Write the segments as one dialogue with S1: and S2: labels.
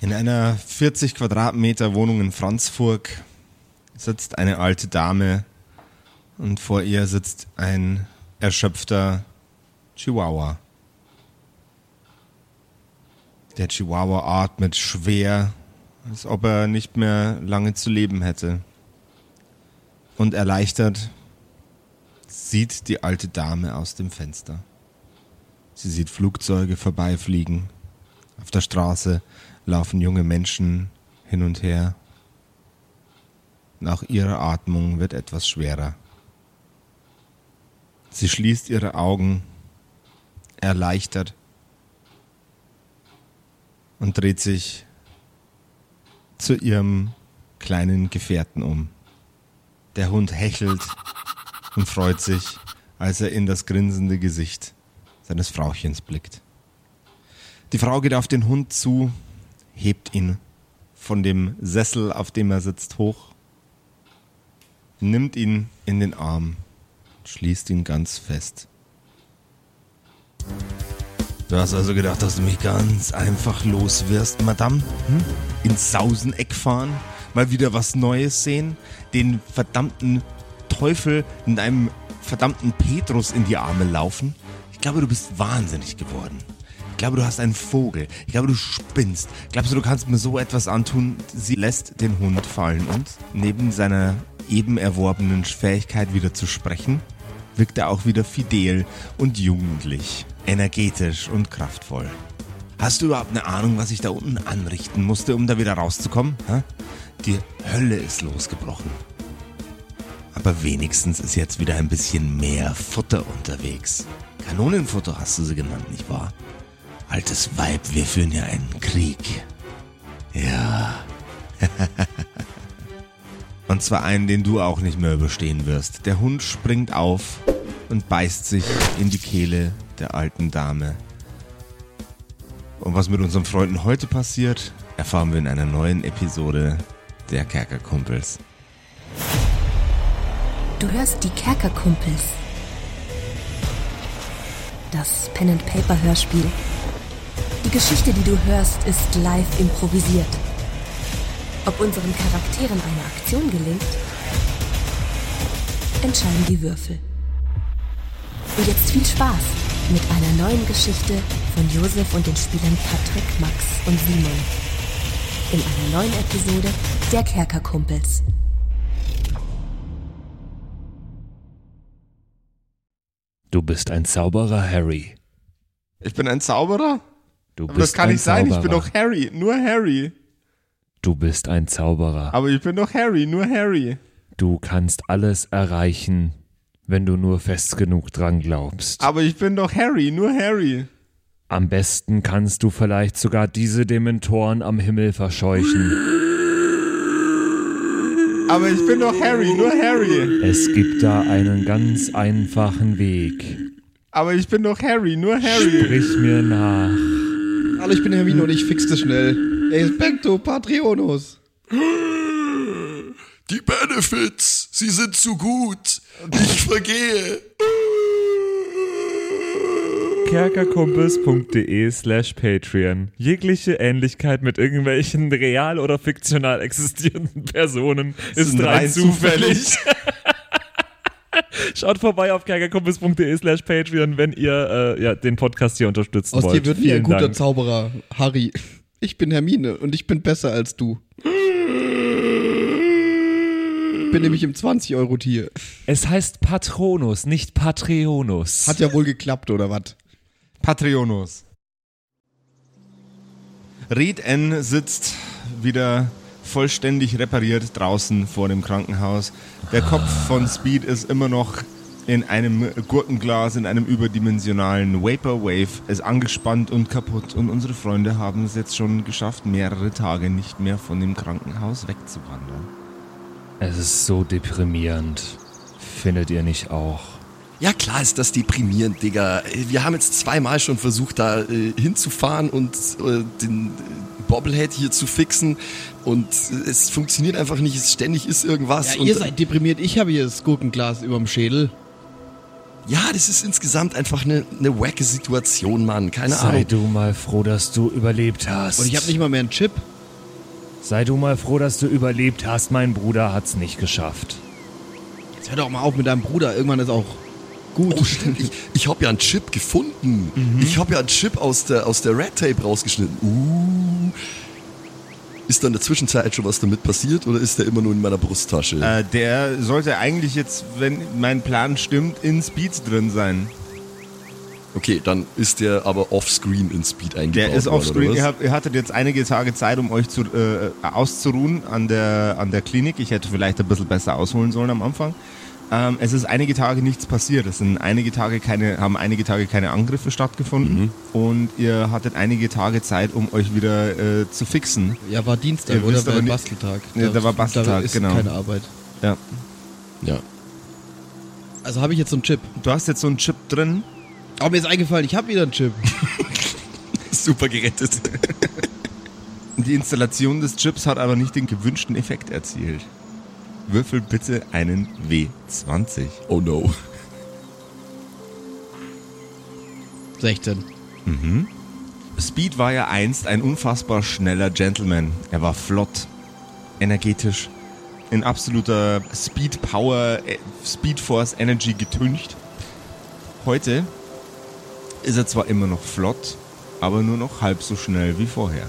S1: In einer 40 Quadratmeter Wohnung in Franzfurg sitzt eine alte Dame und vor ihr sitzt ein erschöpfter Chihuahua. Der Chihuahua atmet schwer, als ob er nicht mehr lange zu leben hätte. Und erleichtert sieht die alte Dame aus dem Fenster. Sie sieht Flugzeuge vorbeifliegen. Auf der Straße laufen junge Menschen hin und her. Nach ihrer Atmung wird etwas schwerer. Sie schließt ihre Augen, erleichtert, und dreht sich zu ihrem kleinen Gefährten um. Der Hund hechelt und freut sich, als er in das grinsende Gesicht seines Frauchens blickt. Die Frau geht auf den Hund zu, hebt ihn von dem Sessel, auf dem er sitzt, hoch, nimmt ihn in den Arm, schließt ihn ganz fest. Du hast also gedacht, dass du mich ganz einfach los wirst, Madame? Hm? Ins Sauseneck fahren? Mal wieder was Neues sehen? Den verdammten Teufel in einem verdammten Petrus in die Arme laufen? Ich glaube, du bist wahnsinnig geworden. Ich glaube, du hast einen Vogel. Ich glaube, du spinnst. Glaubst du, du kannst mir so etwas antun? Sie lässt den Hund fallen und neben seiner eben erworbenen Fähigkeit wieder zu sprechen, wirkt er auch wieder fidel und jugendlich, energetisch und kraftvoll. Hast du überhaupt eine Ahnung, was ich da unten anrichten musste, um da wieder rauszukommen? Hä? Die Hölle ist losgebrochen. Aber wenigstens ist jetzt wieder ein bisschen mehr Futter unterwegs. Kanonenfutter hast du sie genannt, nicht wahr? Altes Weib, wir führen ja einen Krieg. Ja. Und zwar einen, den du auch nicht mehr überstehen wirst. Der Hund springt auf und beißt sich in die Kehle der alten Dame. Und was mit unseren Freunden heute passiert, erfahren wir in einer neuen Episode der Kerkerkumpels.
S2: Du hörst die Kerkerkumpels. Das Pen and Paper Hörspiel. Die Geschichte, die du hörst, ist live improvisiert. Ob unseren Charakteren eine Aktion gelingt, entscheiden die Würfel. Und jetzt viel Spaß mit einer neuen Geschichte von Josef und den Spielern Patrick, Max und Simon. In einer neuen Episode der Kerkerkumpels.
S3: Du bist ein Zauberer, Harry.
S1: Ich bin ein Zauberer?
S3: Du bist
S1: Aber das kann
S3: ein
S1: nicht sein, ich bin
S3: Zauberer.
S1: doch Harry, nur Harry.
S3: Du bist ein Zauberer.
S1: Aber ich bin doch Harry, nur Harry.
S3: Du kannst alles erreichen, wenn du nur fest genug dran glaubst.
S1: Aber ich bin doch Harry, nur Harry.
S3: Am besten kannst du vielleicht sogar diese Dementoren am Himmel verscheuchen.
S1: Aber ich bin doch Harry, nur Harry.
S3: Es gibt da einen ganz einfachen Weg.
S1: Aber ich bin doch Harry, nur Harry.
S3: Sprich mir nach.
S4: Hallo, ich bin Hermine und ich fixe schnell. Expecto Patreonus.
S5: Die Benefits, sie sind zu gut. Ich vergehe.
S3: kerkerkumpels.de slash Patreon. Jegliche Ähnlichkeit mit irgendwelchen real oder fiktional existierenden Personen ist rein, zufällig. Schaut vorbei auf kerkerkumpels.de slash Patreon, wenn ihr äh, ja, den Podcast hier unterstützen
S4: Aus
S3: wollt.
S4: dir wird wie ein
S3: Vielen
S4: guter
S3: Dank.
S4: Zauberer, Harry. Ich bin Hermine und ich bin besser als du. Ich bin nämlich im 20-Euro-Tier.
S3: Es heißt Patronus, nicht Patreonus.
S4: Hat ja wohl geklappt, oder was?
S1: Patreonus. Red N sitzt wieder vollständig repariert draußen vor dem Krankenhaus. Der Kopf von Speed ist immer noch in einem Gurkenglas, in einem überdimensionalen Vaporwave, ist angespannt und kaputt. Und unsere Freunde haben es jetzt schon geschafft, mehrere Tage nicht mehr von dem Krankenhaus wegzuwandern.
S3: es ist so deprimierend. Findet ihr nicht auch?
S5: Ja, klar ist das deprimierend, Digga. Wir haben jetzt zweimal schon versucht, da äh, hinzufahren und äh, den äh, Bobblehead hier zu fixen. Und äh, es funktioniert einfach nicht. Es ständig ist irgendwas. und, äh,
S4: deprimiert, ich habe hier das Gurkenglas überm Schädel.
S5: ja, das ist insgesamt einfach eine, eine wacke Situation, Mann. Keine
S3: Sei
S5: Ahnung.
S3: du mal froh, dass du überlebt hast.
S4: Und ich habe nicht mal mehr einen Chip.
S3: Sei du mal froh, dass du überlebt hast. Mein Bruder hat's nicht geschafft.
S5: Jetzt hör doch mal auf mit deinem Bruder. Irgendwann ist auch gut.
S4: Oh, stimmt. Ich, ich habe ja einen Chip gefunden. Ich habe ja einen Chip aus der, aus der Red Tape rausgeschnitten. Uh. Ist da in der Zwischenzeit schon was damit passiert oder ist der immer nur in meiner Brusttasche?
S1: Äh, der sollte eigentlich jetzt, wenn mein Plan stimmt, in Speeds drin sein.
S4: Okay, dann ist der aber offscreen in Speed eingebaut
S1: Der ist
S4: worden,
S1: offscreen.
S4: oder
S1: Ihr,
S4: was?
S1: habt- ihr hattet jetzt einige Tage Zeit, um euch zu, äh, auszuruhen an der, an der Klinik. Ich hätte vielleicht ein bisschen besser ausholen sollen am Anfang. Ähm, es ist einige Tage nichts passiert. Es sind einige Tage keine, haben einige Tage keine Angriffe stattgefunden.
S4: Mhm.
S1: Und ihr hattet einige Tage Zeit, um euch wieder äh, zu fixen.
S5: Ja, war Dienstag,
S1: Ihr
S5: oder?
S1: wisst
S5: War
S1: aber nicht-
S5: Basteltag.
S1: Ja, da war Basteltag,
S5: ist
S1: genau.
S5: keine Arbeit.
S1: Ja.
S4: Ja.
S5: Also habe ich jetzt so einen Chip.
S1: Du hast jetzt so einen Chip drin.
S5: Aber mir ist eingefallen, ich habe wieder einen Chip.
S4: Super gerettet.
S1: Die Installation des Chips hat aber nicht den gewünschten Effekt erzielt. Würfel bitte einen W20.
S4: Oh no.
S5: 16.
S1: Speed war ja einst ein unfassbar schneller Gentleman. Er war flott, energetisch, in absoluter Speed Power, äh, Speed Force Energy getüncht. Heute ist er zwar immer noch flott, aber nur noch halb so schnell wie vorher.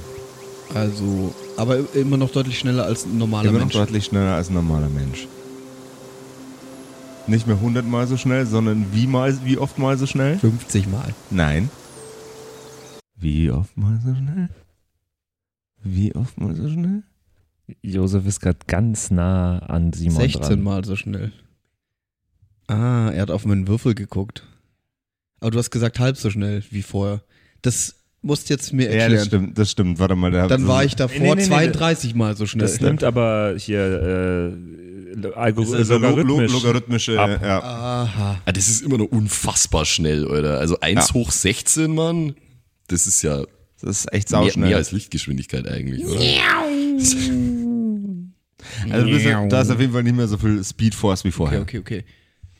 S5: Also, aber immer noch deutlich schneller als ein normaler
S1: immer
S5: Mensch.
S1: noch deutlich schneller als ein normaler Mensch. Nicht mehr hundertmal so schnell, sondern wie, mal, wie oft mal so schnell?
S5: 50 Mal.
S1: Nein. Wie oft mal so schnell? Wie oft mal so schnell?
S3: Josef ist gerade ganz nah an Simon
S5: 16
S3: dran.
S5: Mal so schnell. Ah, er hat auf meinen Würfel geguckt. Aber du hast gesagt, halb so schnell wie vorher. Das musst jetzt mir
S1: Ja,
S5: erklären.
S1: das stimmt, das stimmt. Warte mal, da
S5: Dann war ich davor
S3: Nee, nee, nee, nee.
S5: 32 Mal so schnell.
S3: Das nimmt aber hier äh,
S1: Das
S3: Algorithmus.
S1: ist also log log logarithmische.
S3: Ab.
S1: Ja.
S5: Aha.
S4: Ah, das ist immer noch unfassbar schnell, Alter. Also 1
S1: Ja.
S4: hoch 16, Mann. Das ist ja
S1: Das ist echt
S4: mehr,
S1: sauschnell.
S4: mehr als Lichtgeschwindigkeit eigentlich, oder?
S1: also du bist, ja- da ist auf jeden Fall nicht mehr so viel Speed Force wie
S5: Okay,
S1: vorher.
S5: okay, okay.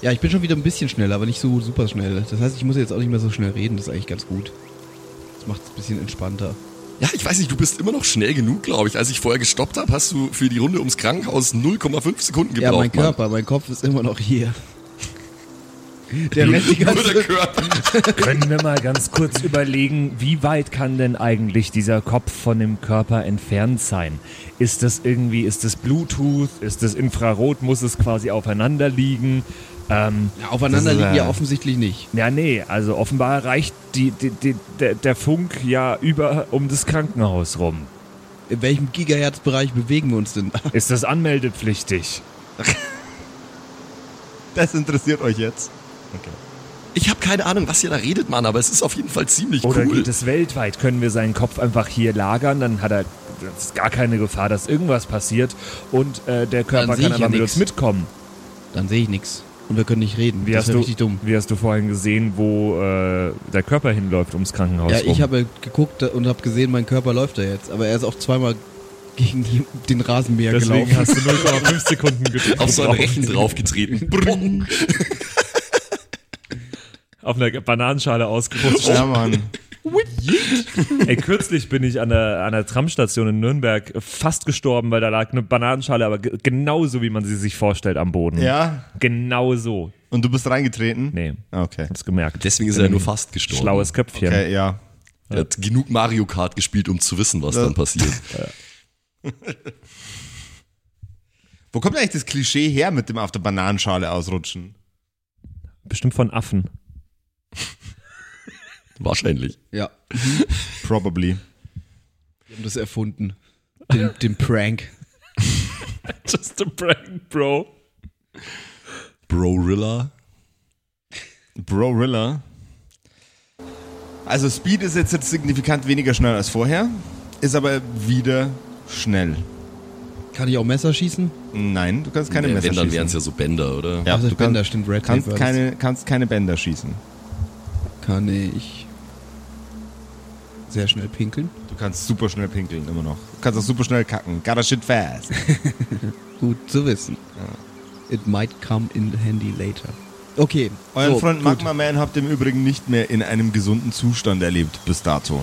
S5: Ja, ich bin schon wieder ein bisschen schnell, aber nicht so super schnell. Das heißt, ich muss jetzt auch nicht mehr so schnell reden. Das ist eigentlich ganz gut. Das macht es ein bisschen entspannter.
S4: Ja, ich weiß nicht, du bist immer noch schnell genug, glaube ich. Als ich vorher gestoppt habe, hast du für die Runde ums Krankenhaus 0,5 Sekunden
S5: ja,
S4: gebraucht.
S5: mein
S4: Mann.
S5: Körper, mein Kopf ist immer noch hier. Der rennt die
S4: Nur der
S5: ganze
S4: Körper.
S3: Können wir mal ganz kurz überlegen, wie weit kann denn eigentlich dieser Kopf von dem Körper entfernt sein? Ist das irgendwie, ist das Bluetooth, ist das Infrarot, muss es quasi aufeinander liegen? Ähm,
S5: Ja, Aufeinander
S1: Das ist,
S5: liegen ja
S1: äh,
S5: offensichtlich nicht.
S3: ja, nee, also offenbar reicht die, die, die, der, der Funk ja über um das Krankenhaus rum.
S5: In welchem Gigahertz-Bereich bewegen wir uns denn?
S3: Ist das anmeldepflichtig?
S1: Das interessiert euch jetzt.
S4: Ich habe keine Ahnung, was ihr da redet, Mann, aber es ist auf jeden Fall ziemlich
S3: Oder
S4: cool.
S3: geht es weltweit? Können wir seinen Kopf einfach hier lagern? Dann hat er das ist gar keine Gefahr, dass irgendwas passiert. Und äh, der Körper
S5: Dann seh
S3: kann
S5: ich
S3: aber
S5: ja
S3: mit
S5: nix.
S3: uns mitkommen.
S5: Dann sehe ich nichts. Und wir können nicht reden.
S3: Wie
S5: das
S3: hast,
S5: ist
S3: du,
S5: richtig dumm.
S3: wie hast du vorhin gesehen, wo äh, der Körper hinläuft ums Krankenhaus
S5: Ja, ich
S3: rum?
S5: habe geguckt und habe gesehen, mein Körper läuft da jetzt. Aber er ist auch zweimal gegen die- den Rasenmäher
S3: Deswegen
S5: gelaufen.
S3: hast du 0,5 Sekunden gedrückt.
S4: auf so einen
S3: Auf-
S4: Rechen draufgetreten. Brrrr.
S3: Auf einer Bananenschale ausgerutscht.
S1: Ja, Mann.
S3: Ey, kürzlich bin ich an der, an der Tramstation in Nürnberg fast gestorben, weil da lag eine Bananenschale, aber ge genauso, wie man sie sich vorstellt, am Boden.
S1: Ja.
S3: Genau so.
S1: Und du bist reingetreten?
S3: Nee,
S1: Ah, Okay.
S3: hab's gemerkt.
S4: Deswegen ist er ja nur fast gestorben.
S3: Ähm, Schlaues Köpfchen.
S1: Okay, ja.
S4: Er hat genug Mario Kart gespielt, um zu wissen, was
S1: Ja.
S4: dann passiert.
S1: Wo kommt eigentlich das Klischee her mit dem auf der Bananenschale ausrutschen?
S3: Bestimmt von Affen.
S4: Wahrscheinlich.
S5: Ja,
S1: Probably.
S5: wir haben das erfunden. Den, den Prank.
S3: Just a prank, Bro.
S4: Brorilla.
S1: Brorilla. Also Speed ist jetzt signifikant weniger schnell als vorher, ist aber wieder schnell.
S5: Kann ich auch Messer schießen?
S1: Nein, du kannst keine
S4: Äh,
S1: Messer
S4: Wenn, dann wären es
S1: schießen.
S4: ja so Bänder, oder?
S1: Ja,
S5: Ach, das
S1: du
S5: Bänder,
S1: kannst-
S5: stimmt, Red Tape
S1: kannst
S5: war
S1: keine, kannst keine Bänder schießen.
S5: Kann ich sehr schnell pinkeln?
S1: Du kannst super schnell pinkeln, immer noch. Du kannst auch super schnell kacken. Gotta shit fast.
S5: Gut zu wissen. It might come in handy later. Okay.
S1: Euren
S5: so,
S1: Freund
S5: gut.
S1: Magma Man habt ihr im Übrigen nicht mehr in einem gesunden Zustand erlebt bis dato.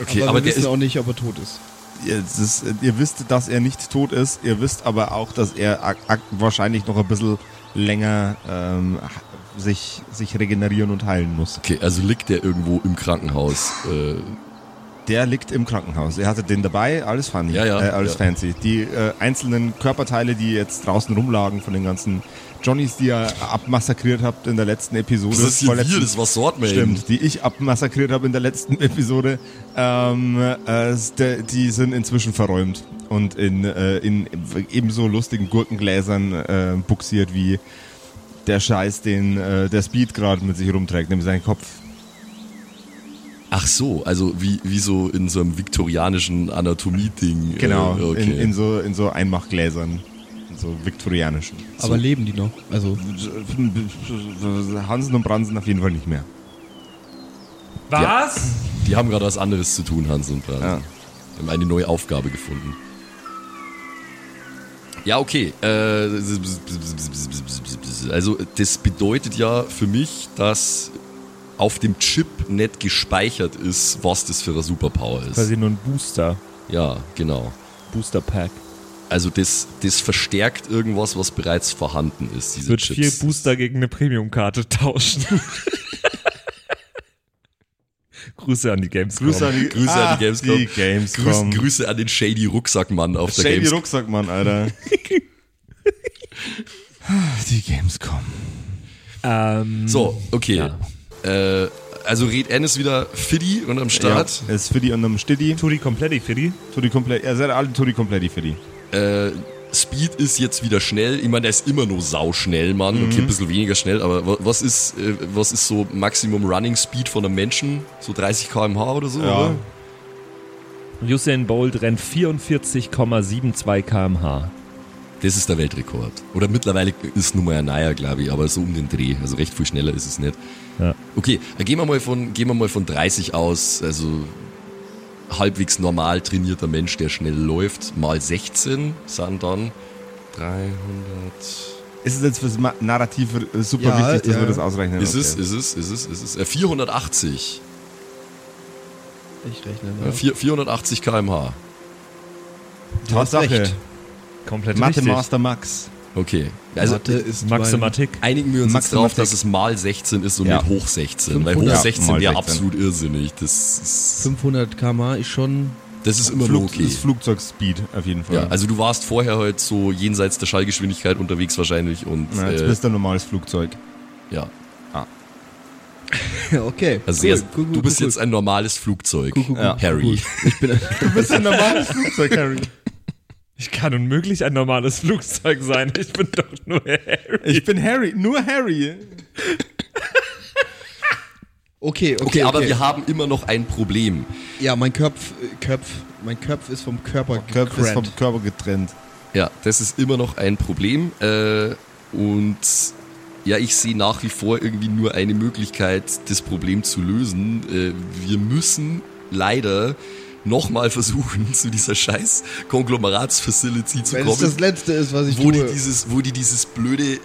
S4: Okay,
S5: aber,
S4: aber,
S5: wir
S4: der
S5: wissen
S4: ist,
S5: auch nicht, ob er tot ist.
S1: ihr, es ist, ihr wisst, dass er nicht tot ist. Ihr wisst aber auch, dass er ak- ak- wahrscheinlich noch ein bisschen länger ähm, sich, sich regenerieren und heilen muss.
S4: Okay, also liegt der irgendwo im Krankenhaus. Äh,
S1: Der liegt im Krankenhaus. Er hatte den dabei, alles funny,
S4: Ja, ja,
S1: äh, alles
S4: ja.
S1: fancy. Die äh, einzelnen Körperteile, die jetzt draußen rumlagen von den ganzen Johnnies, die ihr abmassakriert habt in der letzten Episode.
S4: das ist hier
S1: vorletzten-
S4: wir, das war Swordman.
S1: Stimmt, die ich abmassakriert habe in der letzten Episode, ähm, äh, s- de- die sind inzwischen verräumt und in, äh, in ebenso lustigen Gurkengläsern äh, buxiert wie der Scheiß, den äh, der Speed gerade mit sich rumträgt, nämlich seinen Kopf.
S4: Ach so, also wie, wie so in so einem viktorianischen Anatomie-Ding.
S1: Genau,
S4: Äh, okay.
S1: in, in, so, in so Einmachgläsern, in so viktorianischen.
S5: Aber leben die noch? Also,
S1: Hansen und Bransen auf jeden Fall nicht mehr.
S3: Was?
S4: Die haben gerade was anderes zu tun, Hans und Brand.
S1: Ja.
S4: Wir haben eine neue Aufgabe gefunden. Ja, okay. äh, Also, das bedeutet ja für mich, dass auf dem Chip nicht gespeichert ist, was das für eine Superpower ist.
S3: Quasi nur ein Booster.
S4: Ja, genau.
S3: Booster Pack.
S4: Also, das, das verstärkt irgendwas, was bereits vorhanden ist, diese
S6: Wird viel
S4: Chips.
S6: Booster gegen eine Premium-Karte tauschen. Grüße an die Gamescom.
S1: Grüße an die,
S4: Grüße
S1: ah,
S4: an die Gamescom.
S1: Die
S4: Grüß,
S1: Gamescom.
S4: Grüße an den Shady Rucksackmann auf der
S1: Stell die
S4: Gamescom.
S1: Rucksackmann, Alter. die Gamescom.
S4: So, okay. Äh, also Red N ist wieder Fiddy und am Start.
S1: Ja, ist Fiddy und einem Stiddy.
S6: Turi Kompletti, Fiddy.
S1: Tutti komplett. Ihr seid alle Tutti komplett, die Fiddy.
S4: Äh, Speed ist jetzt wieder schnell. Ich meine, der ist immer nur sauschnell, Mann. Okay,
S1: Mhm.
S4: ein bisschen weniger schnell, aber wa- was ist, äh, was ist so Maximum Running Speed von einem Menschen? So 30 km/h oder so, oder?
S3: Usain Bolt rennt 44,72 km/h.
S4: Das ist der Weltrekord. Oder mittlerweile ist nun mal ein neuer, glaube ich, aber so um den Dreh. Also recht viel schneller ist es nicht.
S3: Ja.
S4: Okay, dann gehen wir, mal von, gehen wir mal von 30 aus. Also halbwegs normal trainierter Mensch, der schnell läuft, mal 16 sind dann 300.
S1: Ist es jetzt fürs Ma- Narrativ äh, super
S5: Ja,
S1: wichtig, dass
S5: ja.
S1: wir das ausrechnen?
S4: Ist es,
S1: Okay.
S4: ist es, ist es, ist es. Äh, 480.
S5: ich rechne.
S4: Ja. 480 km/h.
S1: Tatsache.
S5: recht.
S3: Komplett
S1: Mathe
S3: richtig.
S1: Master Max.
S4: Okay. Also
S5: Mathe ist mein,
S3: Maximatik.
S4: einigen wir uns jetzt
S1: Maximatik.
S4: drauf, dass es mal 16 ist und
S1: Ja.
S4: nicht hoch 16. Weil
S1: 500.
S4: hoch
S1: Ja,
S4: 16
S1: mal
S4: wäre
S1: 16.
S4: absolut irrsinnig. Das ist,
S5: 500 km ist schon.
S4: das ist immer
S1: Flug,
S4: nur okay.
S1: Ist Flugzeugspeed auf jeden Fall.
S4: Ja, also du warst vorher halt so jenseits der Schallgeschwindigkeit unterwegs wahrscheinlich und
S1: Na, jetzt
S4: äh,
S1: bist du ein normales Flugzeug.
S4: ja.
S5: okay.
S4: Also
S5: cool,
S4: jetzt,
S5: cool, cool,
S4: du bist
S5: cool,
S4: jetzt ein normales Flugzeug,
S5: cool, cool, cool,
S4: Harry.
S5: cool. Ich bin
S1: Du bist ein normales Flugzeug, Harry.
S6: Ich kann unmöglich ein normales Flugzeug sein. Ich bin doch nur Harry.
S1: Ich bin Harry, nur Harry.
S5: okay, okay,
S4: Okay, aber wir haben immer noch ein Problem.
S5: Ja, mein Köpf, Köpf, mein Köpf ist vom Körper
S1: Körper ist vom
S5: gecrannt.
S1: Körper getrennt.
S4: Ja, das ist immer noch ein Problem. Äh, und ja, ich sehe nach wie vor irgendwie nur eine Möglichkeit, das Problem zu lösen. Äh, wir müssen leider nochmal versuchen, zu dieser scheiß Konglomeratsfacility zu
S5: Wenn es
S4: kommen,
S5: das letzte ist, was ich
S4: wo, die
S5: tue.
S4: dieses, wo die dieses blöde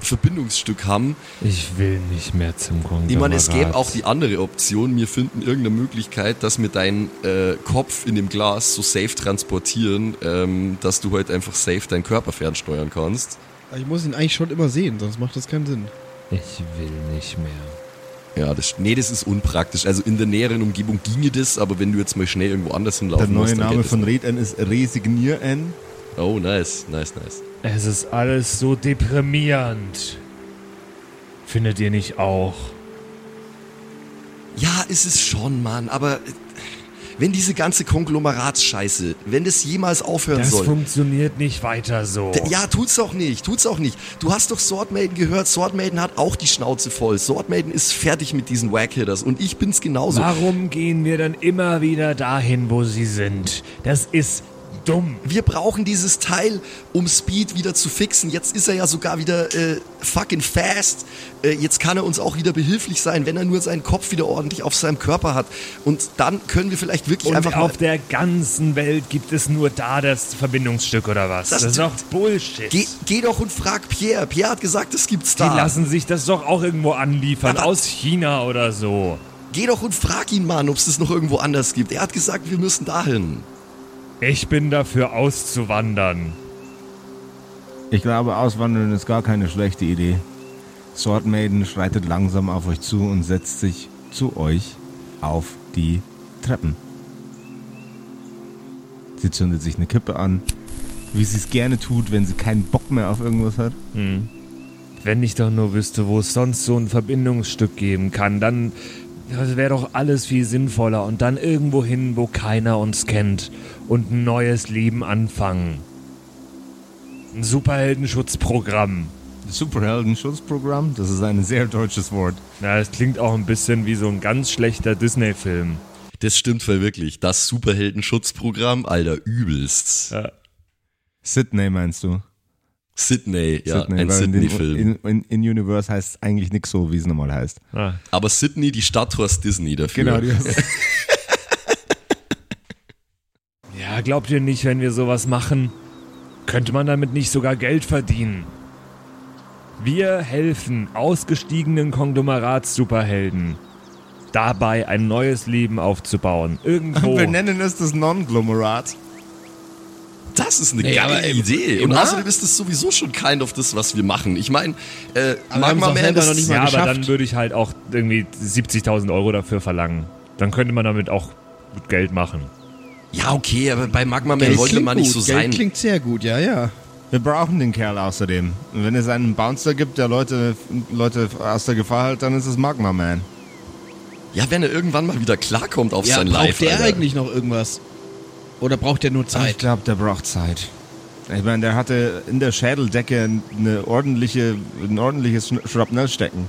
S4: Verbindungsstück haben.
S3: Ich will nicht mehr zum Konglomerat.
S4: Ich meine, es gäbe auch die andere Option, wir finden irgendeine Möglichkeit, dass wir deinen äh, Kopf in dem Glas so safe transportieren, ähm, dass du halt einfach safe deinen Körper fernsteuern kannst.
S5: ich muss ihn eigentlich schon immer sehen, sonst macht das keinen Sinn.
S3: Ich will nicht mehr.
S4: Ja, das, nee, das ist unpraktisch. Also in der näheren Umgebung ginge das, aber wenn du jetzt mal schnell irgendwo anders hinlaufen
S1: Der neue
S4: musst, dann
S1: Name
S4: geht das
S1: von
S4: nicht.
S1: Red N ist Resignier N.
S4: Oh, nice, nice, nice.
S3: Es ist alles so deprimierend. Findet ihr nicht auch?
S4: Ja, ist es schon, Mann, aber äh, wenn diese ganze Konglomeratsscheiße, wenn das jemals aufhören
S3: Das
S4: soll,
S3: funktioniert nicht weiter so.
S4: D- Ja, tut's auch nicht, tut's auch nicht. Du hast doch Swordmaiden gehört, Swordmaiden hat auch die Schnauze voll. Swordmaiden ist fertig mit diesen Wackhitters und ich bin's genauso.
S3: Warum gehen wir dann immer wieder dahin, wo sie sind? Das ist dumm.
S4: Wir brauchen dieses Teil, um Speed wieder zu fixen. Jetzt ist er ja sogar wieder äh, fucking fast. Äh, jetzt kann er uns auch wieder behilflich sein, wenn er nur seinen Kopf wieder ordentlich auf seinem Körper hat. Und dann können wir vielleicht wirklich
S3: Und
S4: einfach mal
S3: auf der ganzen Welt gibt es nur da das Verbindungsstück oder was?
S4: Das
S3: Das, ist doch Bullshit.
S4: Geh, geh doch und frag Pierre. Pierre hat gesagt, es gibt's
S3: die
S4: da.
S3: lassen sich das doch auch irgendwo anliefern,
S4: Aber-
S3: aus China oder so.
S4: Geh doch und frag ihn, Mann, ob's das noch irgendwo anders gibt. Er hat gesagt, wir müssen dahin.
S3: Ich bin dafür auszuwandern.
S1: Ich glaube, Auswandern ist gar keine schlechte Idee. Sword Maiden schreitet langsam auf euch zu und setzt sich zu euch auf die Treppen. Sie zündet sich eine Kippe an, wie sie es gerne tut, wenn sie keinen Bock mehr auf irgendwas hat.
S3: Wenn ich doch nur wüsste, wo es sonst so ein Verbindungsstück geben kann, dann wäre doch alles viel sinnvoller und dann irgendwo hin, wo keiner uns kennt und ein neues Leben anfangen. Ein Superheldenschutzprogramm.
S1: Superheldenschutzprogramm, das ist ein sehr deutsches Wort.
S3: Na, das klingt auch ein bisschen wie so ein ganz schlechter Disney-Film.
S4: Das stimmt voll wirklich. Das Superheldenschutzprogramm, Alter, übelst.
S1: Sydney meinst du?
S4: Sydney, ja,
S1: Sydney,
S4: ein
S1: weil in den-
S4: Sydney-Film.
S1: In, in, in Universe heißt es eigentlich nix so, wie es normal heißt.
S3: Ah.
S4: Aber Sydney, die Stadt, Horst Disney dafür.
S5: Genau,
S1: die
S3: Ja, glaubt ihr nicht, wenn wir sowas machen, könnte man damit nicht sogar Geld verdienen? Wir helfen ausgestiegenen Konglomerats-Superhelden dabei, ein neues Leben aufzubauen.
S4: Oh.
S3: Irgendwo.
S1: Wir nennen es das Non-Glomerat.
S4: Das ist eine
S5: Nee,
S4: geile
S5: aber im-
S4: Idee.
S5: im
S4: Und
S5: Ra-
S4: außerdem ist das sowieso schon kind of das, was wir machen. Ich meine, äh,
S5: haben's
S4: Magma
S5: auch
S4: Man
S5: selber
S4: ist
S5: noch nicht mal
S3: ja, aber
S5: geschafft.
S3: dann würde ich halt auch irgendwie 70.000 Euro dafür verlangen. Dann könnte man damit auch gut Geld machen.
S4: Ja, okay, aber bei Magma Man
S5: Geld
S4: wollte
S5: klingt
S4: man nicht
S5: gut,
S4: so
S5: Geld
S4: sein.
S5: klingt sehr gut, ja, ja.
S1: Wir brauchen den Kerl außerdem. Und wenn es einen Bouncer gibt, der Leute, Leute aus der Gefahr hält, dann ist es Magma Man.
S4: Ja, wenn er irgendwann mal wieder klarkommt auf
S5: ja
S4: sein
S5: braucht
S4: Live.
S5: der
S4: Alter.
S5: eigentlich noch irgendwas? Oder braucht der nur
S1: Ich
S5: Zeit?
S1: glaube, der braucht Zeit. Ich meine, der hatte in der Schädeldecke eine ordentliche, ein ordentliches Schn- Schrapnell stecken.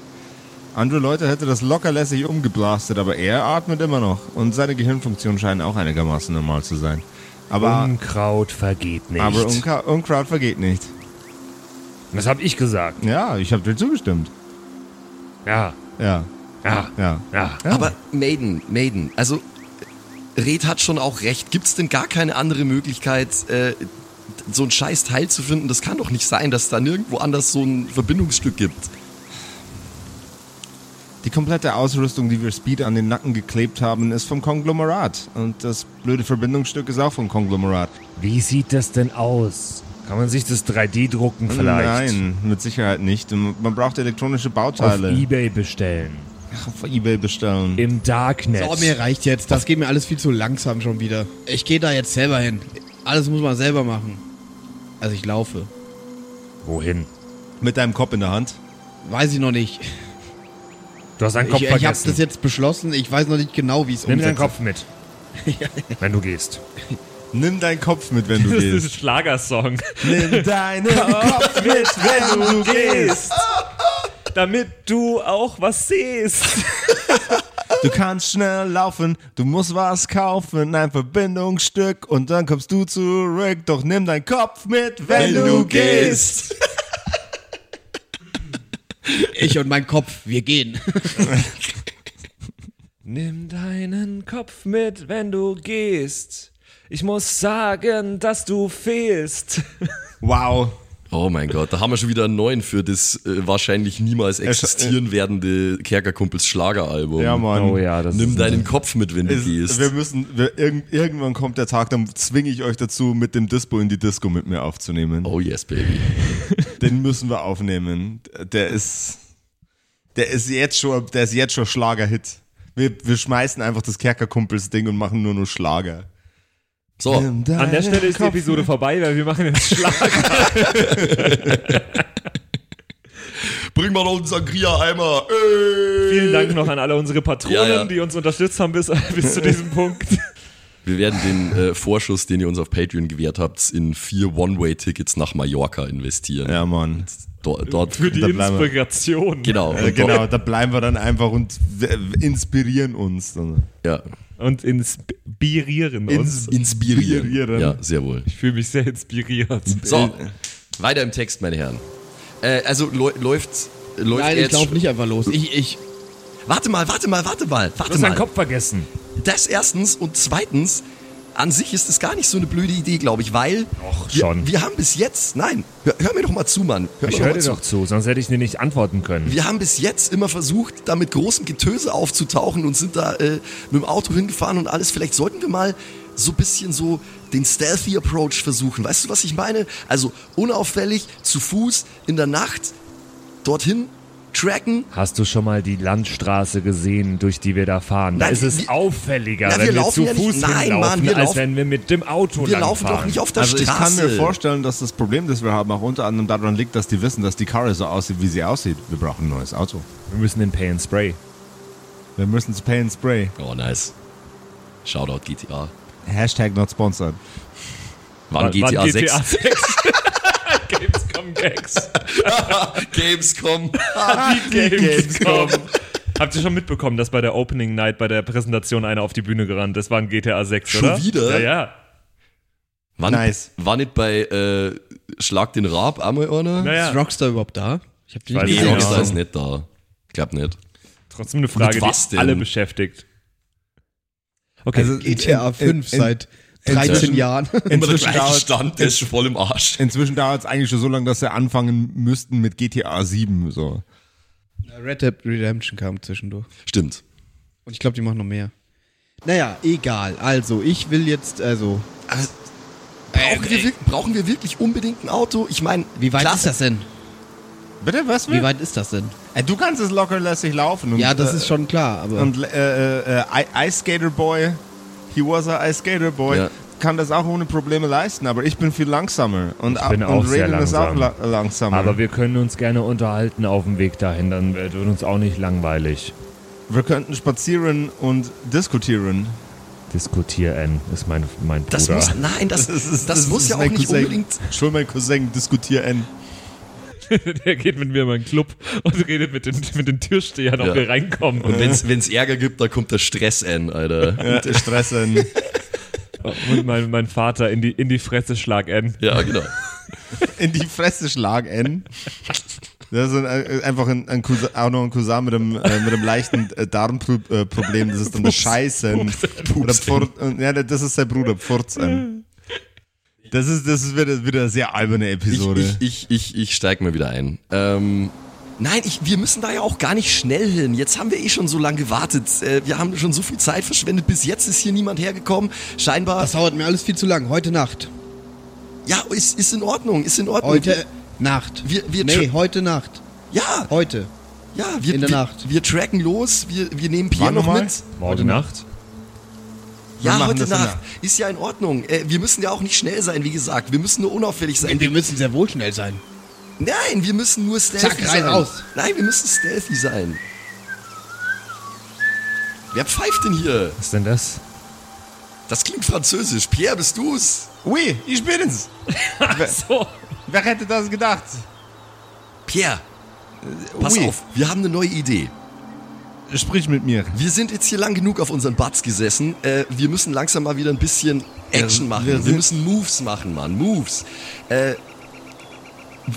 S1: Andere Leute hätte das lockerlässig umgeblastet, aber er atmet immer noch. Und seine Gehirnfunktionen scheinen auch einigermaßen normal zu sein. Aber,
S3: Unkraut vergeht nicht.
S1: aber Unkraut, Unkraut vergeht nicht.
S3: das habe ich gesagt.
S1: Ja, ich habe dir zugestimmt.
S3: Ja,
S1: Ja,
S3: ja,
S1: ja.
S3: ja.
S1: ja.
S4: Aber Maiden, Maiden, also Red hat schon auch recht. Gibt es denn gar keine andere Möglichkeit, äh, so einen scheiß Teil zu finden? Das kann doch nicht sein, dass da nirgendwo anders so ein Verbindungsstück gibt.
S1: Die komplette Ausrüstung, die wir Speed an den Nacken geklebt haben, ist vom Konglomerat. Und das blöde Verbindungsstück ist auch vom Konglomerat.
S3: Wie sieht das denn aus? Kann man sich das 3D drucken vielleicht?
S1: Nein, mit Sicherheit nicht. Man braucht elektronische
S3: Auf
S1: Bauteile.
S3: Ebay bestellen.
S1: Auf eBay bestellen.
S3: Im Darknet.
S5: So, mir reicht jetzt. Das geht mir alles viel zu langsam schon wieder. Ich gehe da jetzt selber hin. Alles muss man selber machen. Also ich laufe.
S3: Wohin?
S1: Mit deinem Kopf in der Hand.
S5: Weiß ich noch nicht.
S3: Du hast deinen Kopf
S5: Ich, ich habe
S3: vergessen.
S5: das jetzt beschlossen. Ich weiß noch nicht genau, wie es
S3: Nimm deinen
S5: umsetze.
S3: Kopf mit. wenn du gehst.
S1: Nimm deinen Kopf mit, wenn du gehst.
S3: Schlagersong.
S1: Nimm deinen Kopf mit, wenn du gehst.
S3: Damit du auch was siehst.
S1: Du kannst schnell laufen, du musst was kaufen, ein Verbindungsstück und dann kommst du zurück. Doch nimm deinen Kopf mit, wenn, du gehst.
S5: Ich und mein Kopf, wir gehen.
S3: Nimm deinen Kopf mit, wenn du gehst. Ich muss sagen, dass du fehlst.
S1: Wow.
S4: Oh mein Gott, da haben wir schon wieder einen neuen für das äh, wahrscheinlich niemals existieren werdende Kerkerkumpels Schlageralbum.
S1: äh, Ja, Mann.
S3: Oh, ja, das
S4: Nimm deinen Kopf mit, wenn du
S1: Es-
S4: gehst.
S1: wir müssen, wir, irgend, irgendwann kommt der Tag, dann zwinge ich euch dazu, mit dem Dispo in die Disco mit mir aufzunehmen.
S4: Oh yes, Baby.
S1: Den müssen wir aufnehmen. Der ist, der ist jetzt schon, der ist jetzt schon Schlagerhit. Wir, wir schmeißen einfach das Kerkerkumpels-Ding und machen nur nur Schlager.
S4: So,
S3: Oh, An der Stelle ist die Episode vorbei, weil wir machen jetzt Schlag.
S4: bring mal noch einen Sangria-Eimer. Ey.
S3: Vielen Dank noch an alle unsere Patronen,
S4: Äh, Ja, ja.
S3: die uns unterstützt haben bis, bis zu diesem Punkt.
S4: Wir werden den äh, Vorschuss, den ihr uns auf Patreon gewährt habt, in vier One-Way-Tickets nach Mallorca investieren.
S1: Ja, Mann.
S4: Do dort.
S3: Für die
S1: Da bleiben wir.
S3: Inspiration.
S4: Genau.
S1: Äh,
S4: und
S1: genau,
S4: Dort,
S1: da bleiben wir dann einfach und w- w- inspirieren uns. dann.
S4: ja.
S3: Und inspirieren uns.
S4: Inspirieren.
S3: Inspirieren. Äh,
S4: Ja, sehr wohl.
S3: Ich fühle mich sehr inspiriert.
S4: So, weiter im Text, meine Herren. Äh, also läu- läuft, läuft
S5: Nein,
S4: er
S5: ich
S4: jetzt
S5: laufe
S4: schon-
S5: nicht einfach los. Ich, ich,
S4: Warte mal, warte mal, warte mal,
S3: Du
S4: warte
S3: hast deinen
S4: mal.
S3: Kopf vergessen.
S4: Das erstens und zweitens, an sich ist es gar nicht so eine blöde Idee, glaube ich, weil
S3: Och,
S4: wir,
S3: schon.
S4: wir haben bis jetzt, nein, hör, hör mir doch mal zu, Mann. Hör mir
S3: Ich
S4: doch
S3: höre
S4: mal
S3: dir
S4: zu.
S3: doch zu, sonst hätte ich dir nicht antworten können.
S4: Wir haben bis jetzt immer versucht, da mit großem Getöse aufzutauchen und sind da äh, mit dem Auto hingefahren und alles. Vielleicht sollten wir mal so ein bisschen so den Stealthy Approach versuchen. Weißt du, was ich meine? Also unauffällig, zu Fuß, in der Nacht, dorthin tracken.
S3: Hast du schon mal die Landstraße gesehen, durch die wir da fahren? da
S4: Nein,
S3: ist es
S4: wir-
S3: auffälliger,
S4: Na, wir
S3: wenn wir
S4: laufen
S3: zu
S4: ja nicht-
S3: Fuß
S4: Nein,
S3: hinlaufen,
S4: Mann, wir
S3: als
S4: laufen-
S3: wenn wir mit dem Auto
S4: Wir laufen
S3: langfahren.
S4: doch nicht auf der
S1: Also ich
S4: Straße.
S1: kann mir vorstellen, dass das Problem, das wir haben, auch unter anderem daran liegt, dass die wissen, dass die Karre so aussieht, wie sie aussieht. Wir brauchen ein neues Auto.
S3: wir müssen in Pay and Spray.
S1: Wir müssen es Pay and Spray.
S4: Oh, nice. Shoutout GTA.
S1: Hashtag not sponsored.
S4: Wann, GTA, 6?
S3: 6? Gamescom Gags.
S4: Gamescom. Ah,
S3: Die Gamescom. Habt ihr schon mitbekommen, dass bei der Opening Night bei der Präsentation einer auf die Bühne gerannt ist? War ein GTA 6,
S4: Schon
S3: oder? Ja,
S4: wieder?
S3: ja.
S4: Wann,
S1: Nice.
S4: War nicht bei äh, Schlag den Raab einmal einer?
S5: Ist
S3: Naja.
S5: Rockstar überhaupt da? Ich hab die
S3: Weiß
S5: nicht
S3: ich
S4: Nee,
S5: gesehen.
S3: Keine
S4: Rockstar
S3: Ahnung.
S4: ist nicht da. Ich glaub nicht.
S3: Trotzdem eine Frage,
S4: Mit was
S3: die
S4: denn?
S3: alle beschäftigt. Okay.
S1: Also
S5: GTA 5 seit 13
S1: inzwischen-
S5: Jahren.
S1: Inzwischen dauert
S4: Stand ist voll im Arsch.
S1: Inzwischen dauert es eigentlich schon so lange, dass sie anfangen müssten mit GTA 7. So.
S5: Red Dead Redemption kam zwischendurch.
S4: Stimmt.
S5: Und ich glaube, die machen noch mehr. Naja, egal. Also, ich will jetzt, also.
S4: Aber Brauchen wir, wirk- brauchen wir wirklich unbedingt ein Auto? Ich meine, klasse.
S5: denn?
S1: Bitte, was?
S5: Wie weit ist das denn?
S1: Äh, Du kannst es locker lässig laufen. Und,
S5: Ja, das
S1: äh,
S5: ist schon klar, aber.
S1: Und äh, äh, äh, Ice Skater Boy, he was a Ice Skater Boy,
S4: Ja.
S1: kann das auch ohne Probleme leisten, aber ich bin viel langsamer. Und, ab-
S3: bin
S1: und
S3: auch sehr
S1: Reden ist auch
S3: langsam.
S1: la langsamer.
S3: Aber wir können uns gerne unterhalten auf dem Weg dahin, dann wird uns auch nicht langweilig.
S1: wir könnten spazieren und diskutieren.
S3: Diskutieren ist mein, mein Bruder.
S4: Das muss, nein, das, das, muss ja auch nicht unbedingt.
S1: Schon mein Cousin, diskutieren.
S3: Der geht mit mir in meinen Club und redet mit den, mit den Türstehern, ob
S4: Ja.
S3: wir reinkommen.
S4: Und wenn es Ärger gibt, dann kommt der Stress an, Alter.
S1: Ja, äh, stressen.
S3: Und mein, mein Vater in die, in die Fresse schlag N.
S4: Ja, genau.
S1: in die Fresse schlagen. Das ist ein, äh, einfach ein, ein Cousin, auch noch ein Cousin mit einem, äh, mit einem leichten äh, Darmproblem. Äh, Problem. das ist dann das Scheißen. Oder Pfur- äh, ja, das ist sein Bruder, Pfurzen. Das ist, das ist wieder, wieder eine sehr alberne
S4: Ich,
S1: Episode.
S4: ich, ich, ich, ich steig mal wieder ein. Ähm, nein, ich, wir müssen da ja auch gar nicht schnell hin. Jetzt haben wir eh schon so lange gewartet. Äh, wir haben schon so viel Zeit verschwendet. Bis jetzt ist hier niemand hergekommen. Scheinbar.
S5: das dauert mir alles viel zu lang. Heute Nacht.
S4: ja, ist, ist in Ordnung. Ist in Ordnung.
S5: Heute Nacht.
S4: Wir- wir-
S5: nee, heute Nacht.
S4: Ja,
S5: Heute.
S4: ja. Wir,
S5: in der
S4: wir,
S5: Nacht.
S4: Wir tracken los. Wir, wir nehmen Pierre
S1: Wann
S4: noch
S1: nochmal?
S4: mit.
S3: Morgen Nacht?
S1: Wir
S4: Ja,
S1: machen
S4: heute
S1: das in
S4: Nacht.
S1: der-
S4: Ist ja in Ordnung. Äh, wir müssen ja auch nicht schnell sein, wie gesagt. Wir müssen nur unauffällig sein.
S5: Wir müssen sehr wohl schnell sein.
S4: Nein, wir müssen nur
S5: Zack,
S4: stealthy
S5: rein,
S4: sein.
S5: raus.
S4: Nein, wir müssen stealthy sein. Wer pfeift denn hier?
S3: Was ist denn das?
S4: Das klingt französisch. Pierre, bist du's?
S1: Ui, ich bin's.
S3: So.
S1: Wer hätte das gedacht?
S4: Pierre, pass
S1: Ui.
S4: auf, wir haben eine neue Idee.
S1: Sprich mit mir.
S4: Wir sind jetzt hier lang genug auf unseren Butts gesessen. Äh, wir müssen langsam mal wieder ein bisschen Action machen.
S1: wir
S4: Wir,
S1: sind-
S4: müssen Moves machen, Mann. Moves. Äh,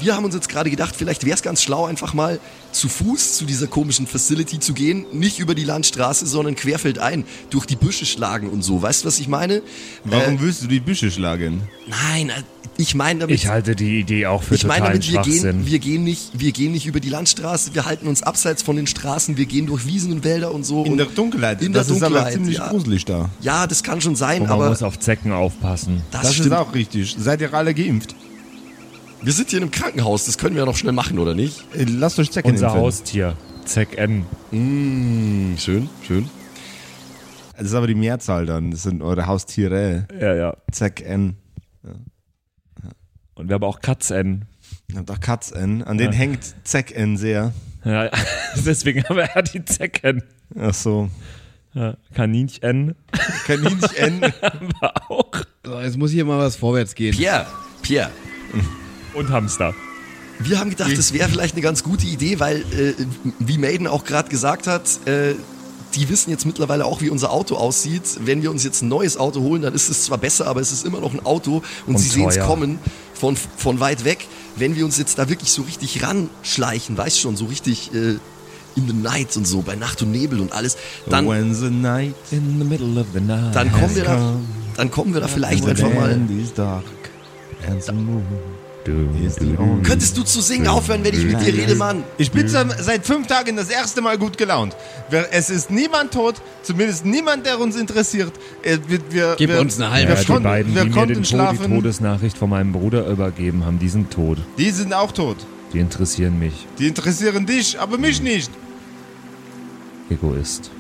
S4: wir haben uns jetzt gerade gedacht, vielleicht wäre es ganz schlau, einfach mal zu Fuß zu dieser komischen Facility zu gehen. Nicht über die Landstraße, sondern querfeldein. Durch die Büsche schlagen und so. Weißt du, was ich meine?
S1: Warum willst du die Büsche schlagen?
S4: Nein, äh, ich meine damit...
S3: Ich halte die Idee auch für
S4: Ich meine
S3: totalen
S4: damit, wir
S3: Schwachsinn.
S4: gehen, wir, gehen nicht, wir gehen nicht über die Landstraße, wir halten uns abseits von den Straßen, wir gehen durch Wiesen und Wälder und so.
S1: In
S4: und
S1: der Dunkelheit.
S4: In
S1: das
S4: der
S1: ist
S4: Dunkelheit,
S1: aber ziemlich
S4: ja.
S1: gruselig da.
S4: Ja, das kann schon sein,
S3: Und man
S4: aber
S3: muss auf Zecken aufpassen.
S4: das,
S1: Das, ist
S4: stimmt.
S1: auch richtig. Seid ihr alle geimpft?
S4: Wir sind hier in einem Krankenhaus, das können wir ja noch schnell machen, oder nicht?
S1: Äh, Lasst euch Zecken
S3: Unser
S1: impfen.
S3: Haustier, Zeck N.
S4: Schön, schön.
S1: Das ist aber die Mehrzahl dann. Das sind eure Haustiere.
S3: Ja, ja.
S1: Zack N.
S3: Und wir haben auch Katz N.
S1: Ihr habt auch Katz N. An den hängt Zack N sehr.
S3: Ja, deswegen haben wir ja die Zeck N.
S1: Ach so.
S3: Ja, Kaninchen N
S1: Kaninchen N.
S3: haben wir auch.
S5: So, jetzt muss hier mal was vorwärts gehen.
S4: Pierre, Pierre,
S3: Und Hamster.
S4: wir haben gedacht, das wäre vielleicht eine ganz gute Idee, weil, äh, wie Maiden auch gerade gesagt hat, äh, die wissen jetzt mittlerweile auch, wie unser Auto aussieht. Wenn wir uns jetzt ein neues Auto holen, dann ist es zwar besser, aber es ist immer noch ein Auto und,
S3: Und
S4: sie sehen es
S3: teuer.
S4: kommen von, von weit weg. Wenn wir uns jetzt da wirklich so richtig ranschleichen, weißt schon, so richtig äh, in the night und so, bei Nacht und Nebel und alles, dann,
S1: When the night
S3: In the middle of the night.
S4: dann, kommen, wir da, dann kommen wir da vielleicht einfach mal
S1: is dark and the moon
S4: Könntest du zu singen aufhören, wenn ich mit dir rede, Mann?
S1: Ich bin seit- seit fünf Tagen das erste Mal gut gelaunt. Wir- Es ist niemand tot, zumindest niemand, der uns interessiert. Äh, Wir, wir,
S5: Gib
S1: wir,
S5: uns eine
S1: wir
S5: halbe
S6: Ja, die
S1: konnten-
S6: beiden,
S1: wir
S6: die mir
S1: konnten
S6: den Tod, die
S1: schlafen.
S6: Todesnachricht von meinem Bruder übergeben haben, die sind tot.
S1: Die sind auch tot.
S6: Die interessieren mich.
S1: Die interessieren dich, aber mich nicht.
S6: Egoist.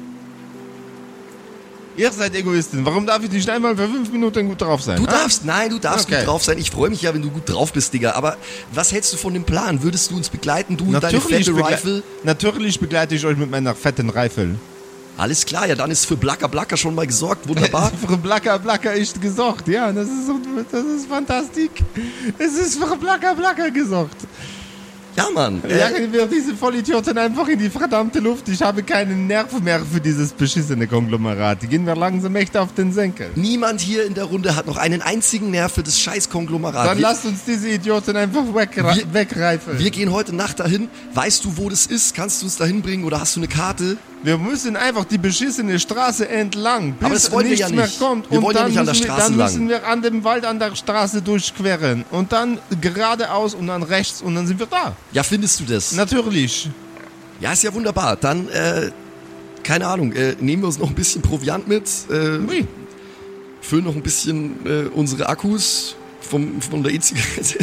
S1: Ihr seid Egoistin. Warum darf ich nicht einmal für fünf Minuten gut drauf sein?
S4: Du darfst, nein, du darfst
S1: Ah. Okay.
S4: gut drauf sein. Ich freue mich ja, wenn du gut drauf bist, Digga. Aber was hältst du von dem Plan? Würdest du uns begleiten, du und deine
S1: Natürlich,
S4: fette
S1: begle
S4: Rifle?
S1: natürlich begleite ich euch mit meiner fetten Rifle.
S4: Alles klar, ja, dann ist für Blacker Blacker schon mal gesorgt. Wunderbar.
S1: Für Blacker Blacker ist gesorgt, ja, das ist, so- das ist fantastisch. Es ist für Blacker Blacker gesorgt.
S4: ja, Mann. Äh,
S1: Jagen wir diese Vollidioten einfach in die verdammte Luft. Ich habe keinen Nerv mehr für dieses beschissene Konglomerat. Die gehen mir langsam echt auf den Senkel.
S4: Niemand hier in der Runde hat noch einen einzigen Nerv für das scheiß Konglomerat.
S1: Dann
S4: wir,
S1: lasst uns diese Idioten einfach wegre
S4: Wir-
S1: wegreifen.
S4: wir gehen heute Nacht dahin. Weißt du, wo das ist? Kannst du uns dahin bringen oder hast du eine Karte?
S1: Wir müssen einfach die beschissene Straße entlang, bis
S4: Aber das wollen wir
S1: nichts
S4: ja
S1: mehr
S4: nicht.
S1: kommt.
S4: Wir
S1: und
S4: wollen ja
S1: dann,
S4: nicht an der
S1: müssen wir,
S4: Straße
S1: dann
S4: lang.
S1: müssen wir an dem Wald an der Straße durchqueren. Und dann geradeaus und dann rechts und dann sind wir da.
S4: Ja, findest du das?
S1: Natürlich.
S4: Ja, ist ja wunderbar. Dann, äh, keine Ahnung, äh, nehmen wir uns noch ein bisschen Proviant mit, äh,
S1: Ui.
S4: füllen noch ein bisschen äh, unsere Akkus vom, von der E-Zigarette.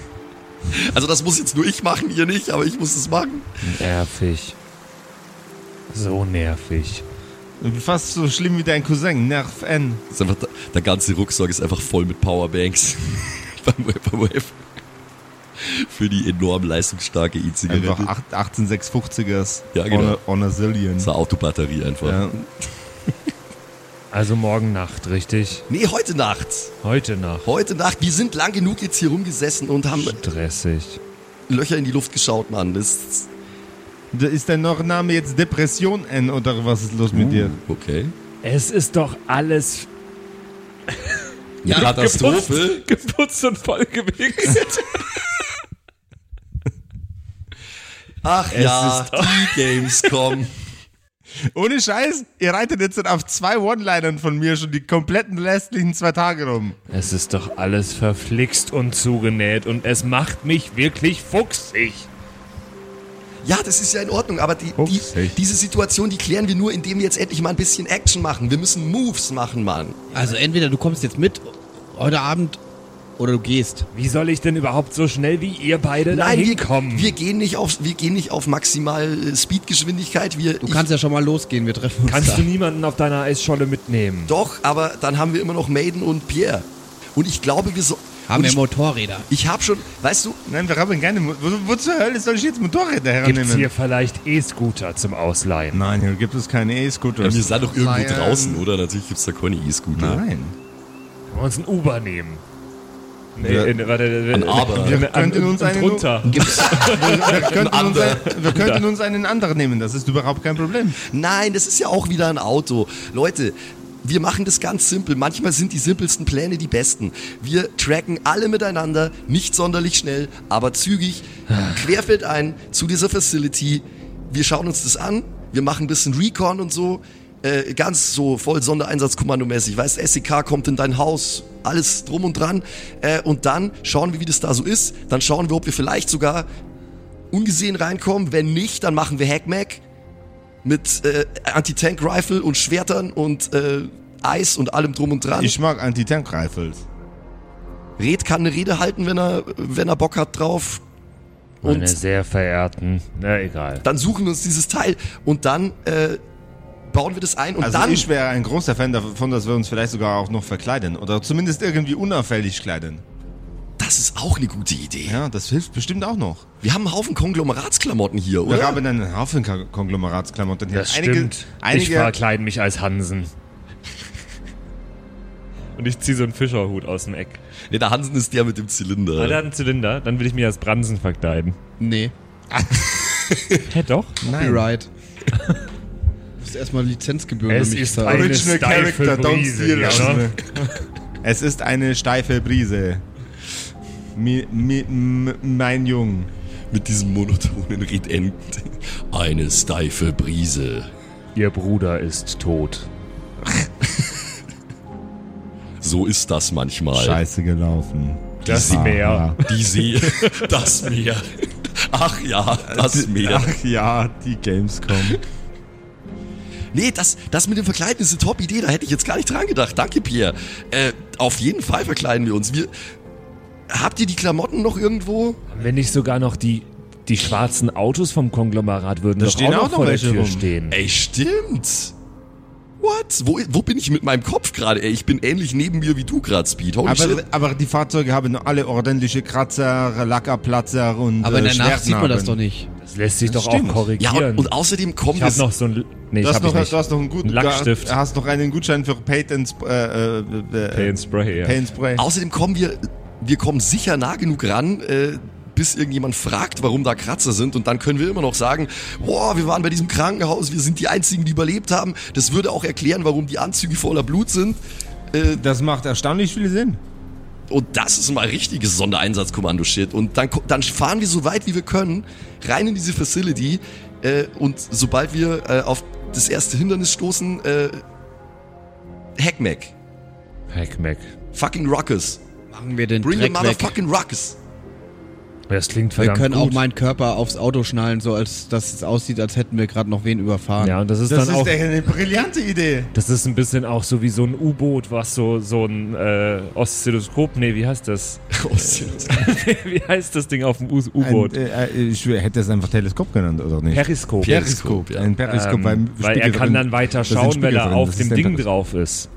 S4: Also das muss jetzt nur ich machen, ihr nicht, aber ich muss es machen.
S3: Nervig. So nervig.
S1: Fast so schlimm wie dein Cousin, Nerv N.
S4: Das ist einfach, der ganze Rucksack ist einfach voll mit Powerbanks. beim Vaporwave. Für die enorm leistungsstarke
S1: Einfach
S4: E-Zigarette.
S1: 8, 18650ers.
S4: Ja, genau.
S1: On a, on a zillion.
S4: Zur Autobatterie einfach.
S1: Ja.
S3: Also morgen Nacht, richtig?
S4: Nee, heute Nacht.
S3: Heute Nacht.
S4: Heute Nacht. Wir sind lang genug jetzt hier rumgesessen und haben
S3: Stressig.
S4: Löcher in die Luft geschaut, Mann. Das ist
S1: Da Ist dein noch Name jetzt Depression N oder was ist los
S4: Uh.
S1: mit dir?
S4: okay.
S3: Es ist doch alles
S4: Eine Katastrophe.
S3: geputzt und voll gewichst.
S4: Ach ja, die Gamescom.
S1: Ohne Scheiß, ihr reitet jetzt auf zwei One-Linern von mir schon die kompletten restlichen zwei Tage rum.
S3: es ist doch alles verflixt und zugenäht und es macht mich wirklich fuchsig.
S4: Ja, das ist ja in Ordnung, aber die, die,
S1: Ups, echt?
S4: diese Situation, die klären wir nur, indem wir jetzt endlich mal ein bisschen Action machen. Wir müssen Moves machen, Mann.
S5: Also entweder du kommst jetzt mit heute Abend oder du gehst.
S3: Wie soll ich denn überhaupt so schnell wie ihr beide da
S4: wir,
S3: hinkommen?
S4: wir, gehen nicht auf, wir gehen nicht auf maximal äh, Speedgeschwindigkeit. Wir,
S5: Du kannst ja schon mal losgehen, wir treffen uns
S3: Kannst
S5: da.
S3: du niemanden auf deiner Eisscholle mitnehmen?
S4: ich, doch, aber dann haben wir immer noch Maiden und Pierre. Und ich glaube, wir so.
S5: Haben
S4: und
S5: wir
S4: ich,
S5: Motorräder.
S4: ich habe schon, weißt du,
S1: Nein, wir haben keine. Mo wo, wo zur Hölle soll ich jetzt Motorräder hernehmen?
S3: Gibt's hier vielleicht E-Scooter zum Ausleihen?
S1: Nein, hier gibt es keine E-Scooters.
S4: wir sind doch irgendwo
S1: Nein.
S4: draußen, oder? Natürlich gibt's da keine E-Scooter. Also
S1: Nein.
S3: Wollen wir uns ein Uber nehmen? Nee,
S1: Wir-
S3: in, warte, ein
S4: Aber
S1: Wir könnten uns einen-
S3: drunter.
S1: Wir könnten, uns ein, wir könnten uns einen anderen nehmen, das ist überhaupt kein Problem.
S4: Nein, das ist ja auch wieder ein Auto. Leute, wir machen das ganz simpel. Manchmal sind die simpelsten Pläne die besten. Wir tracken alle miteinander, nicht sonderlich schnell, aber zügig, querfeld ein zu dieser Facility. Wir schauen uns das an, wir machen ein bisschen Recon und so. Äh, ganz so voll Sondereinsatzkommandomäßig. Weißt, SEK kommt in dein Haus, alles drum und dran. Äh, und dann schauen wir, wie das da so ist. Dann schauen wir, ob wir vielleicht sogar ungesehen reinkommen. Wenn nicht, dann machen wir Hackmack mit äh, Anti-Tank-Rifle und Schwertern und äh, Eis und allem drum und dran.
S1: Ich mag Anti-Tank-Rifles.
S4: Red kann eine Rede halten, wenn er, wenn er Bock hat drauf.
S3: Meine
S4: Und-
S3: sehr verehrten, na egal.
S4: Dann suchen wir uns dieses Teil und dann äh, bauen wir das ein und
S1: Also
S4: dann.
S1: ich wäre ein großer Fan davon, dass wir uns vielleicht sogar auch noch verkleiden oder zumindest irgendwie unauffällig kleiden.
S4: das ist auch eine gute Idee.
S1: Ja, das hilft bestimmt auch noch.
S4: Wir haben einen Haufen Konglomeratsklamotten hier,
S1: Wir
S4: oder?
S1: haben einen Haufen Ka- Konglomeratsklamotten hier.
S3: Das
S1: einige,
S3: stimmt. ich
S1: Einige,
S3: verkleide mich als Hansen. Und ich ziehe so einen Fischerhut aus dem Eck.
S4: Nee, der Hansen ist der mit dem
S3: Weil der
S4: Zylinder.
S3: hat einen Zylinder, dann will ich mich als Bransen verkleiden.
S5: Nee.
S3: Hä, doch?
S5: Copyright. Du musst erstmal Lizenzgebühren
S3: Es
S5: nämlich
S3: ist
S5: zahlen.
S3: eine
S1: original
S3: steife
S1: character, don't
S3: Brise,
S1: steal.
S3: ja, ne?
S1: Genau. Es ist eine steife Brise. Mi, mi, m, mein Jung.
S4: Mit diesem monotonen Red End. Eine steife Brise.
S3: Ihr Bruder ist tot.
S4: So ist das manchmal.
S1: Scheiße gelaufen.
S6: Das Meer.
S4: Die See, das Meer. Ach Äh, ja, das Meer.
S1: Ach ja, die Gamescom.
S4: Nee, das, das mit dem Verkleiden ist eine Top-Idee, da hätte ich jetzt gar nicht dran gedacht. Danke, Pierre. Äh, auf jeden Fall verkleiden wir uns. Wir, habt ihr die Klamotten noch irgendwo?
S3: Wenn nicht sogar noch die, die schwarzen Autos vom Konglomerat würden doch
S1: stehen
S3: auch
S1: auch
S3: noch
S1: noch
S3: vor der
S1: welche
S3: Tür
S1: rum.
S3: stehen.
S4: Ey, stimmt. What? Wo, wo bin ich mit meinem Kopf gerade? Ey, ich bin ähnlich neben mir wie du gerade, Speed. Holy
S1: Aber,
S4: shit.
S1: aber die Fahrzeuge haben alle ordentliche Kratzer, Lackerplatzer und
S5: Aber in
S1: äh,
S5: der Nacht sieht man das
S1: Schwertnarben.
S5: doch nicht.
S3: Das lässt sich
S1: Das
S3: doch
S1: stimmt.
S3: auch
S4: Ja,
S3: korrigieren.
S4: und, und außerdem kommen
S3: ich
S4: wir.
S3: habe noch so ein... Nee,
S1: Du
S3: das
S1: hast,
S3: hab
S1: noch,
S3: ich nicht.
S1: du hast noch einen guten
S3: Ein Lackstift.
S1: Du hast noch einen Gutschein für Paint and Sp äh, äh, äh,
S6: Pay and Spray, ja.
S1: Paint Spray.
S4: Außerdem kommen wir. Wir kommen sicher nah genug ran. Äh, bis irgendjemand fragt, warum da Kratzer sind und dann können wir immer noch sagen, boah, wir waren bei diesem Krankenhaus, wir sind die einzigen, die überlebt haben. Das würde auch erklären, warum die Anzüge voller Blut sind. Äh,
S1: Das macht erstaunlich viel Sinn.
S4: Und das ist mal richtiges Sondereinsatzkommando-Shit. Und dann, ko- dann fahren wir so weit, wie wir können, rein in diese Facility. Äh, und sobald wir äh, auf das erste Hindernis stoßen, äh, Hackmack.
S3: Hackmack.
S4: Fucking Ruckus.
S5: Machen wir den
S4: Bring the
S5: Dreck weg.
S4: motherfucking Ruckus.
S3: Das klingt
S5: Wir
S3: verdammt
S5: können
S3: gut.
S5: auch meinen Körper aufs Auto schnallen, so als dass es aussieht, als hätten wir gerade noch wen überfahren.
S3: ja, und das ist
S1: Das
S3: dann
S1: ist
S3: auch...
S1: eine brillante Idee.
S3: Das ist ein bisschen auch so wie so ein U-Boot, was so, so ein äh, Oszilloskop, nee, wie heißt das? wie heißt das Ding auf dem U- U-Boot?
S1: Ein, äh, äh, ich hätte es einfach Teleskop genannt, oder nicht?
S3: Periskop.
S1: Periskop.
S4: Periskop, ja.
S1: Ein Periskop,
S3: Ähm,
S1: beim
S3: weil er
S1: Spiegel
S3: kann
S1: drin.
S3: dann weiter
S1: Da sind
S3: schauen,
S1: Spiegel
S3: wenn er
S1: drin.
S3: auf
S1: Das
S3: dem
S1: ist ein
S3: Ding
S1: Periskop.
S3: drauf ist.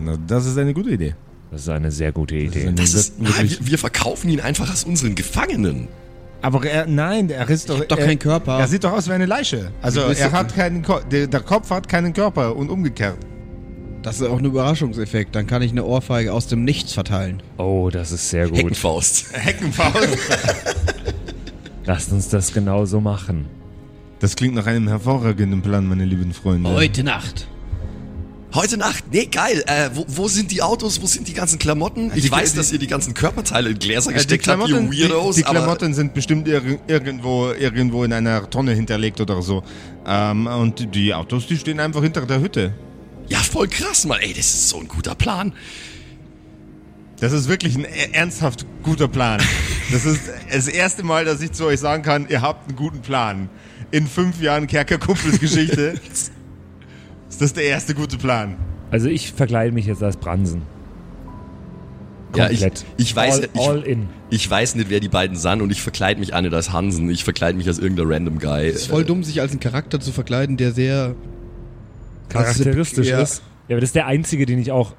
S1: Na, Das ist eine gute Idee.
S3: Das ist eine sehr gute
S1: ist
S3: Idee.
S1: eine-
S4: Das ist,
S1: Wirkt wirklich-
S4: nein, wir, wir verkaufen ihn einfach als unseren Gefangenen.
S1: Aber er, nein, er ist doch,
S5: doch
S1: er,
S5: keinen Körper.
S1: Er sieht doch aus wie eine Leiche. Also
S5: Du bist
S1: er
S5: doch-
S1: hat keinen Ko der, der Kopf hat keinen Körper und umgekehrt.
S5: Das ist auch ein Überraschungseffekt. Dann kann ich eine Ohrfeige aus dem Nichts verteilen.
S3: Oh, das ist sehr gut.
S4: Heckenfaust.
S1: Heckenfaust.
S3: Lasst uns das genauso machen.
S1: Das klingt nach einem hervorragenden Plan, meine lieben Freunde.
S5: Nacht.
S4: Heute Nacht. Nee, geil. Äh, wo, wo sind die Autos? Wo sind die ganzen Klamotten? Ich
S1: Die-
S4: weiß,
S1: die-
S4: dass ihr die ganzen Körperteile in Gläser
S1: Äh, die
S4: gesteckt habt,
S1: Klamotten,
S4: ihr Weirdos.
S1: die, die
S4: aber-
S1: Klamotten sind bestimmt irg irgendwo, irgendwo in einer Tonne hinterlegt oder so. Ähm, und die Autos, die stehen einfach hinter der Hütte.
S4: Ja, voll krass, Mann. Ey, das ist so ein guter Plan.
S1: Das ist wirklich ein e- ernsthaft guter Plan. Das ist das erste Mal, dass ich zu euch sagen kann, ihr habt einen guten Plan. In fünf Jahren Kerkerkumpels Geschichte ist das der erste gute Plan.
S3: Also ich verkleide mich jetzt als Bransen.
S4: Ja, ich,
S3: Komplett.
S4: ich, weiß,
S3: all,
S4: ich,
S3: all in.
S4: ich weiß nicht, wer die beiden sind und ich verkleide mich an als Hansen. Ich verkleide mich als irgendein random Guy.
S5: Es ist voll dumm, sich als einen Charakter zu verkleiden, der sehr
S3: Charakteristisch
S5: Ja.
S3: ist. Ja, aber das ist der einzige, den ich auch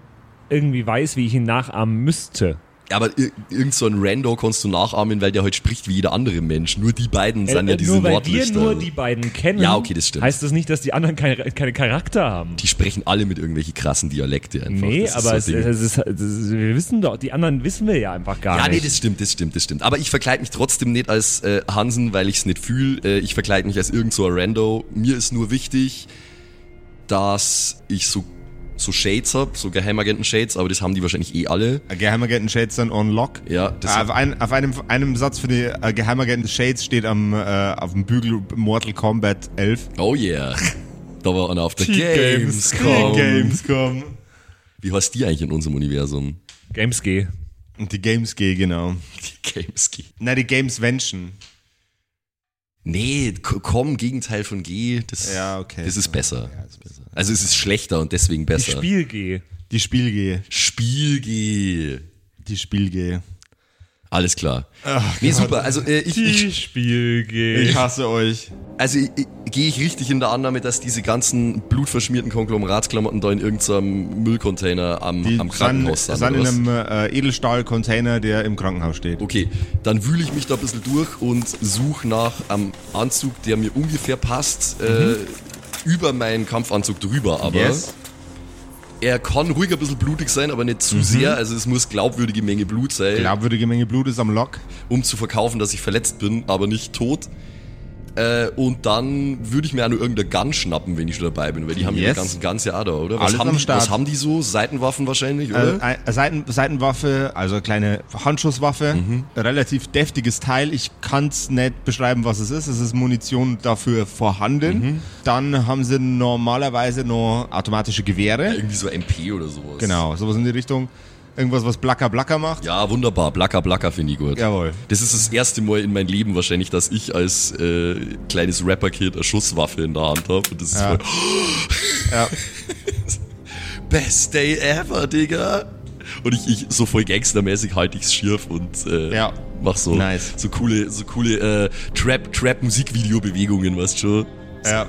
S3: irgendwie weiß, wie ich ihn nachahmen müsste.
S4: Äh, Aber ir irgend so ein Rando kannst du nachahmen, weil der halt spricht wie jeder andere Mensch. Nur die beiden sind ja
S3: Äh,
S4: diese
S3: nur weil wir
S4: Nordlichter.
S3: nur die beiden kennen,
S4: Ja, okay, das stimmt.
S3: heißt das nicht, dass die anderen keine, keine Charakter haben.
S4: die sprechen alle mit irgendwelchen krassen Dialekte einfach.
S3: nee,
S4: Das ist
S3: aber es,
S4: so ein Ding.
S3: es ist, es ist, wir wissen doch, die anderen wissen wir ja einfach gar
S4: ja, nee,
S3: nicht.
S4: das stimmt, das stimmt, das stimmt. Aber ich verkleide mich trotzdem nicht als äh, Hansen, weil ich es nicht fühle. Äh, ich verkleide mich als irgend so ein Rando. Mir ist nur wichtig, dass ich so, so Shades hab, so Geheimagenten-Shades, aber das haben die wahrscheinlich eh alle.
S1: Geheimagenten Shades dann on lock.
S4: Ja, das
S1: auf ein, auf einem, einem Satz für die äh, Geheimagenten Shades steht am, äh, auf dem Bügel Mortal Kombat 11.
S4: Oh yeah. Da war einer auf der Gamescom.
S1: Die Gamescom.
S4: Wie heißt die eigentlich in unserem Universum?
S3: Games G.
S1: Und die Games G, genau.
S4: Die Gamescom.
S1: Na, die Gamesvention.
S4: Nee, K- komm, Gegenteil von G. Das,
S1: Ja, okay.
S4: das ist besser.
S1: Ja, ist besser.
S4: Also es ist schlechter und deswegen
S3: Die
S4: besser.
S3: Spiel G.
S1: Die Spiel G.
S4: Spiel G.
S1: Die Spiel G.
S4: Alles klar. nee, super. Also äh, ich, ich,
S3: Spiel G.
S1: Ich hasse euch.
S4: also ich, ich, gehe ich richtig in der Annahme, dass diese ganzen blutverschmierten Konglomeratsklamotten da in irgendeinem Müllcontainer am,
S1: Die
S4: am Krankenhaus
S1: sind,
S4: sind.
S1: sind
S4: oder
S1: in
S4: was?
S1: einem äh, Edelstahl-Container, der im Krankenhaus steht.
S4: Okay, dann wühle ich mich da ein bisschen durch und suche nach einem Anzug, der mir ungefähr passt, äh, über meinen Kampfanzug drüber. Aber
S1: Mhm. Yes.
S4: er kann ruhig ein bisschen blutig sein, aber nicht
S1: Mhm.
S4: zu sehr. Also es muss glaubwürdige Menge Blut sein,
S1: Glaubwürdige Menge Blut ist am Lock.
S4: um zu verkaufen, dass ich verletzt bin, aber nicht tot. Äh, und dann würde ich mir auch nur irgendeine Gun schnappen, wenn ich schon dabei bin, weil die haben ihre
S1: Yes.
S4: ganzen Guns ja auch da, oder? Was,
S1: Alles
S4: haben
S1: am
S4: die, was
S1: Start.
S4: haben die so? Seitenwaffen wahrscheinlich,
S1: Äh,
S4: oder?
S1: ein- Seiten, Seitenwaffe, also kleine Handschusswaffe.
S4: Mhm.
S1: Relativ deftiges Teil. Ich kann es nicht beschreiben, was es ist. Es ist Munition dafür vorhanden.
S4: Mhm.
S1: Dann haben sie normalerweise noch automatische Gewehre.
S4: Äh, Irgendwie so MP oder sowas.
S1: Genau, sowas in die Richtung. Irgendwas, was blacker blacker macht?
S4: Ja, wunderbar. Blacker, blacker finde ich gut.
S1: Jawohl.
S4: Das ist das erste Mal in meinem Leben wahrscheinlich, dass ich als äh, kleines Rapper-Kid eine Schusswaffe in der Hand habe. Und das ist
S1: Ja.
S4: voll.
S1: Ja.
S4: Best Day ever, Digga. Und ich, ich so voll gangstermäßig halte ich's schief und äh,
S1: Ja.
S4: mach so,
S1: Nice.
S4: so coole, so coole äh, Trap-Trap-Musikvideo-Bewegungen, weißt du?
S1: Ja.